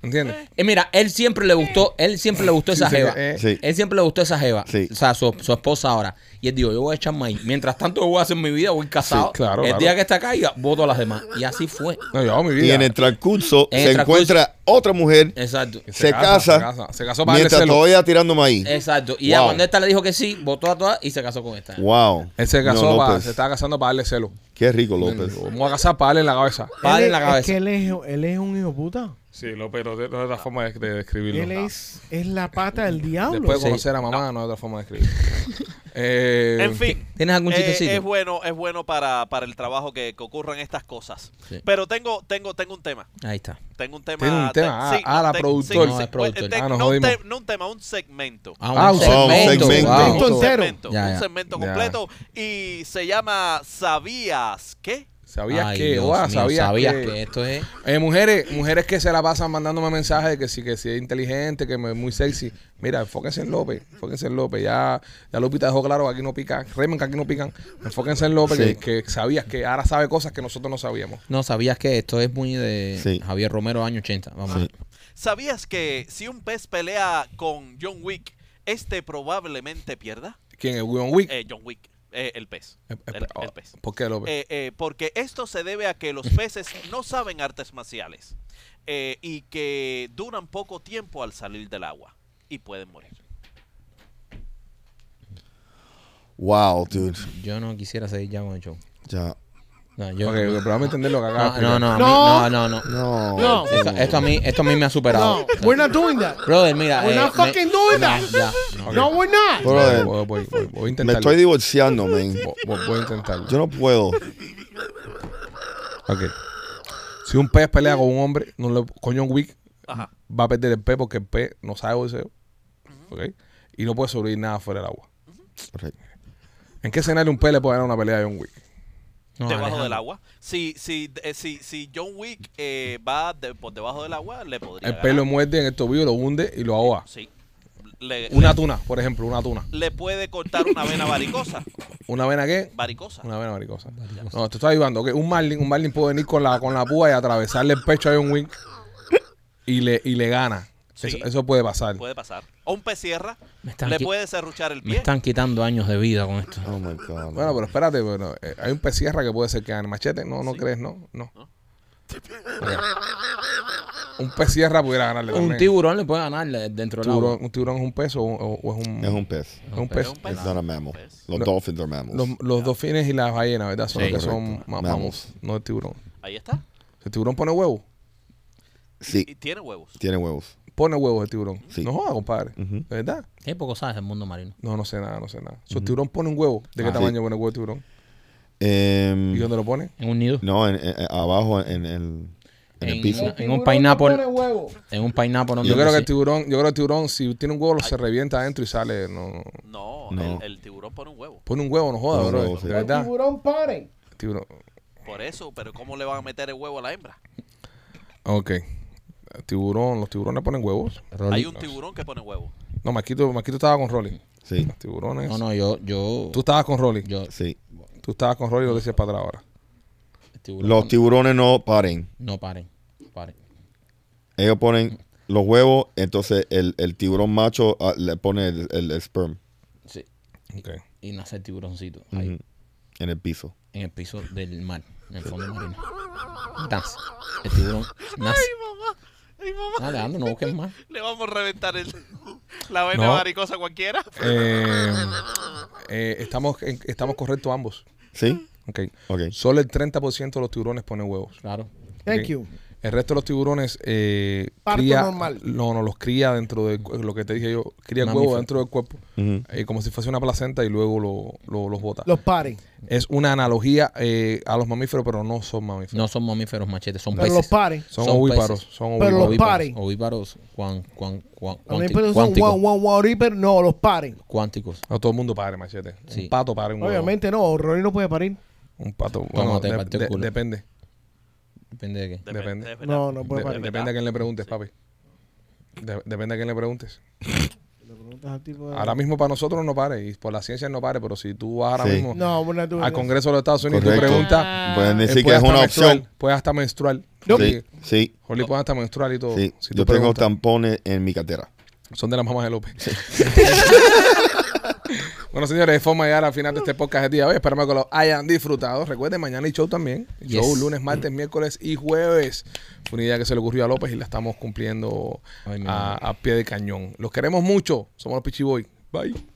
¿Entiendes? Eh, mira, él siempre le gustó, él siempre le gustó esa Sí, sí, jeva. eh. Sí. Él siempre le gustó esa jeva. Sí. O sea, su, su esposa ahora. Y él dijo, yo voy a echar maíz. Mientras tanto, yo voy a hacer mi vida, voy casado. Sí, claro, el claro. día que está caiga, voto a las demás. Y así fue. No, yo hago mi vida. Y en el transcurso En el se transcurso- encuentra otra mujer, Exacto. Que se, casa, casa, se casa. Se casó para darle mientras celo. todavía tirando maíz. Exacto. Y ya Wow. cuando esta le dijo que sí, votó a todas y se casó con esta. Wow. Él se casó para- No, pues. López. se estaba casando para darle celo. Qué rico, López. Vamos a casar para darle en la cabeza. Padre Él en la es- cabeza. Es que él es, él es un hijo puta. Sí, lo pero de, otra forma de, describirlo. Él es, es la pata del diablo. Después de Sí. conocer a mamá, no, hay otra forma de escribir. Eh, En fin. ¿Tienes algún eh, chistecito? es bueno, es bueno para, para el trabajo que, que ocurran estas cosas. Sí. Pero tengo, tengo, tengo un tema. Ahí está. Tengo un tema. Tiene un tema. Ah, ah, la productor. No, es productor. te- Ah, nos pues, no, un jodimos. te- no un tema, un segmento. Ah, un Ah, un segmento. segmento. wow. Punto entero. segmento, Ya, ya. un segmento Ya. completo y se llama ¿Sabías qué? ¿Sabías Ay, que? Dios Guau, mío, ¿Sabías, que? esto es. Eh, mujeres, mujeres que se la pasan mandándome mensajes de que sí, que sí es inteligente, que es muy sexy. Mira, enfóquense en López, enfóquense en López. Ya, ya Lupita dejó claro que aquí no pican, remen que aquí no pican. Enfóquense en López, Sí. que, que sabías que ahora sabe cosas que nosotros no sabíamos. No, sabías que esto es muy de Sí. Javier Romero, año 80. Vamos. Sí. ¿Sabías que si un pez pelea con John Wick, este probablemente pierda? ¿Quién es William Wick? Eh, John Wick, eh, el pez. Eh, eh, El, oh, el pez. ¿Por qué López? Eh, eh, porque esto se debe a que los peces no saben artes marciales eh, y que duran poco tiempo al salir del agua y pueden morir. Wow, dude. Yo no quisiera seguir ya con el show. Ya. No, yo. Ok, pero vamos a entender lo que acabas no, de no, explicar. no, a mí- No. no, no, no. No. No. Esto, esto a mí, esto a mí me ha superado. No, we're not doing that. Brother, mira. eh, We're not me- fucking doing no, that. ya, no. Ok. No, we're not. Brother, Voy, voy- voy- voy a me intentarlo. estoy divorciando, man. Voy- voy- voy a intentarlo. Yo no puedo. Ok. Si un pez pelea con un hombre, no le, con John Wick, Ajá. va a perder el pez porque el pez no sabe boxeo. ¿Ok? Y no puede sobrevivir nada fuera del agua. Correcto. ¿En qué escenario un pez le puede ganar una pelea a John Wick? No, debajo Alejandro. del agua. Si, si, eh, si, si John Wick eh, va de- por debajo del agua, le podría. El ganar. pez lo muerde en el tobillo, lo hunde y lo ahoga. Sí. Le, Una le- tuna, por ejemplo, una tuna. le puede cortar una vena varicosa. ¿Una vena qué? Varicosa. Una vena maricosa. No, te estás ayudando. que Un marlin, un marlin puede venir con la, con la púa y atravesarle el pecho a John Wick y le, y le gana. Sí. Eso, eso puede pasar. Puede pasar. O un pez sierra. Me están le qui- puede serruchar el Me pie. están quitando años de vida con esto. Oh my God. Bueno, pero espérate, bueno, eh, hay un pez sierra que puede ser que gane machete. No, no crees, no, no. Ok. Un pez sierra pudiera ganarle Un también. tiburón le puede ganar le- dentro del agua. Tiburón- un tiburón es un pez o, o- o es un, es un pez. es un Pero pez. un pez. It's not a mammal. Los mm. No. dolphins are mammals. Los, los delfines y las ballenas, ¿verdad? Son Sí. los que son Correcto. ma- Mammals. mammals, no el tiburón. Ahí está. ¿El tiburón pone huevo? Y Sí, tiene huevos. tiene huevos. Pone huevos el tiburón. Sí. No joda, compadre. Ujú. ¿Verdad? Qué poco sabes del mundo marino. No, no sé nada, no sé nada. So, ¿El tiburón pone un huevo? ¿De qué Ah. tamaño Sí. pone el huevo el tiburón? Em, ¿Y dónde lo pone? En un nido. no, en- en- abajo en, el, en el En- piso. en un pineapple. Pone huevo. En un pineapple. no Yo creo que el sé. tiburón, yo creo que el tiburón, si tiene un huevo, lo se revienta adentro y sale. No, No, No. El, el tiburón pone un huevo. pone un huevo, no joda, Pone un bro. huevo, sí. De verdad. Tiburón pare. Tiburón. Por eso, pero ¿cómo le van a meter el huevo a la hembra? Ok. Tiburón, los tiburones ponen huevos. Rolly. Hay un tiburón que pone huevo. No, Maquito, Maquito estaba con Rolly. Sí, Los tiburones. No, no, yo. yo Tú estabas con Rolly. yo sí. Tú estabas con Rolly y lo decías para atrás ahora. el tiburón- Los tiburones no paren. No paren. paren. Ellos ponen los huevos, entonces el, el tiburón macho ah, le pone el, el- el sperm Sí. Ok. Y nace el tiburoncito. Ahí. Ujú. en el piso. en el piso del mar, en el fondo marino. Nace. El tiburón nace. mamá! ¡Ay, mamá! Alejandro, no busques más. Le vamos a reventar el. La vaina No. varicosa cualquiera. Eh, eh, estamos, en- estamos correctos ambos. ¿Sí? Ok. Ok. Solo el 30% de los tiburones pone huevos. Claro. Thank Ok. you. El resto de los tiburones eh, Parto cría- normal. No, no, los cría dentro de lo que te dije yo, cría Mamífero. huevos dentro del cuerpo, Ujú. eh, como si fuese una placenta y luego lo- lo- los bota. Los pares. Es una analogía eh, a los mamíferos, pero no son mamíferos. No son mamíferos machetes, son Pero peces. los pares. Son, Son ovíparos. peces. Son Pero los ovíparos. pares. Ovíparos cuan, cuan, A cuan, mí cuanti- pero son cuánticos. one, one, one reaper. No, los pares. Cuánticos. No, todo el mundo pare, machete. Sí. Un pato pare un huevo. Obviamente no, Rory no puede parir. Un pato. Como Bueno, te de- partió el de- culo. depende. Depende de qué. Depende. es verdad. No, no puede De- parir. depende a quién le preguntes, papi. De- depende a quién le preguntes. Ah. Ahora mismo para nosotros no pare, y por la ciencia no pare, pero si tú vas ahora Sí. mismo No, bueno, tú- al Congreso de los Estados Unidos y tú Correcto. Ah. preguntas, Pueden eh, decir que puede es hasta una menstrual, opción. Puede hasta menstrual. Sí, Jolly, sí, Jolly puede hasta menstrual y todo. sí. Si tú Yo tengo preguntas, tampones en mi cartera. Son de las mamás de López. bueno, señores, es forma de llegar al final de este podcast de día. Oye, esperamos que lo hayan disfrutado. Recuerden, mañana hay show también. Yes. Show lunes, martes, miércoles y jueves. Fue una idea que se le ocurrió a López y la estamos cumpliendo Ay, mi a, a pie de cañón. Los queremos mucho. Somos los Pichiboy. Bye.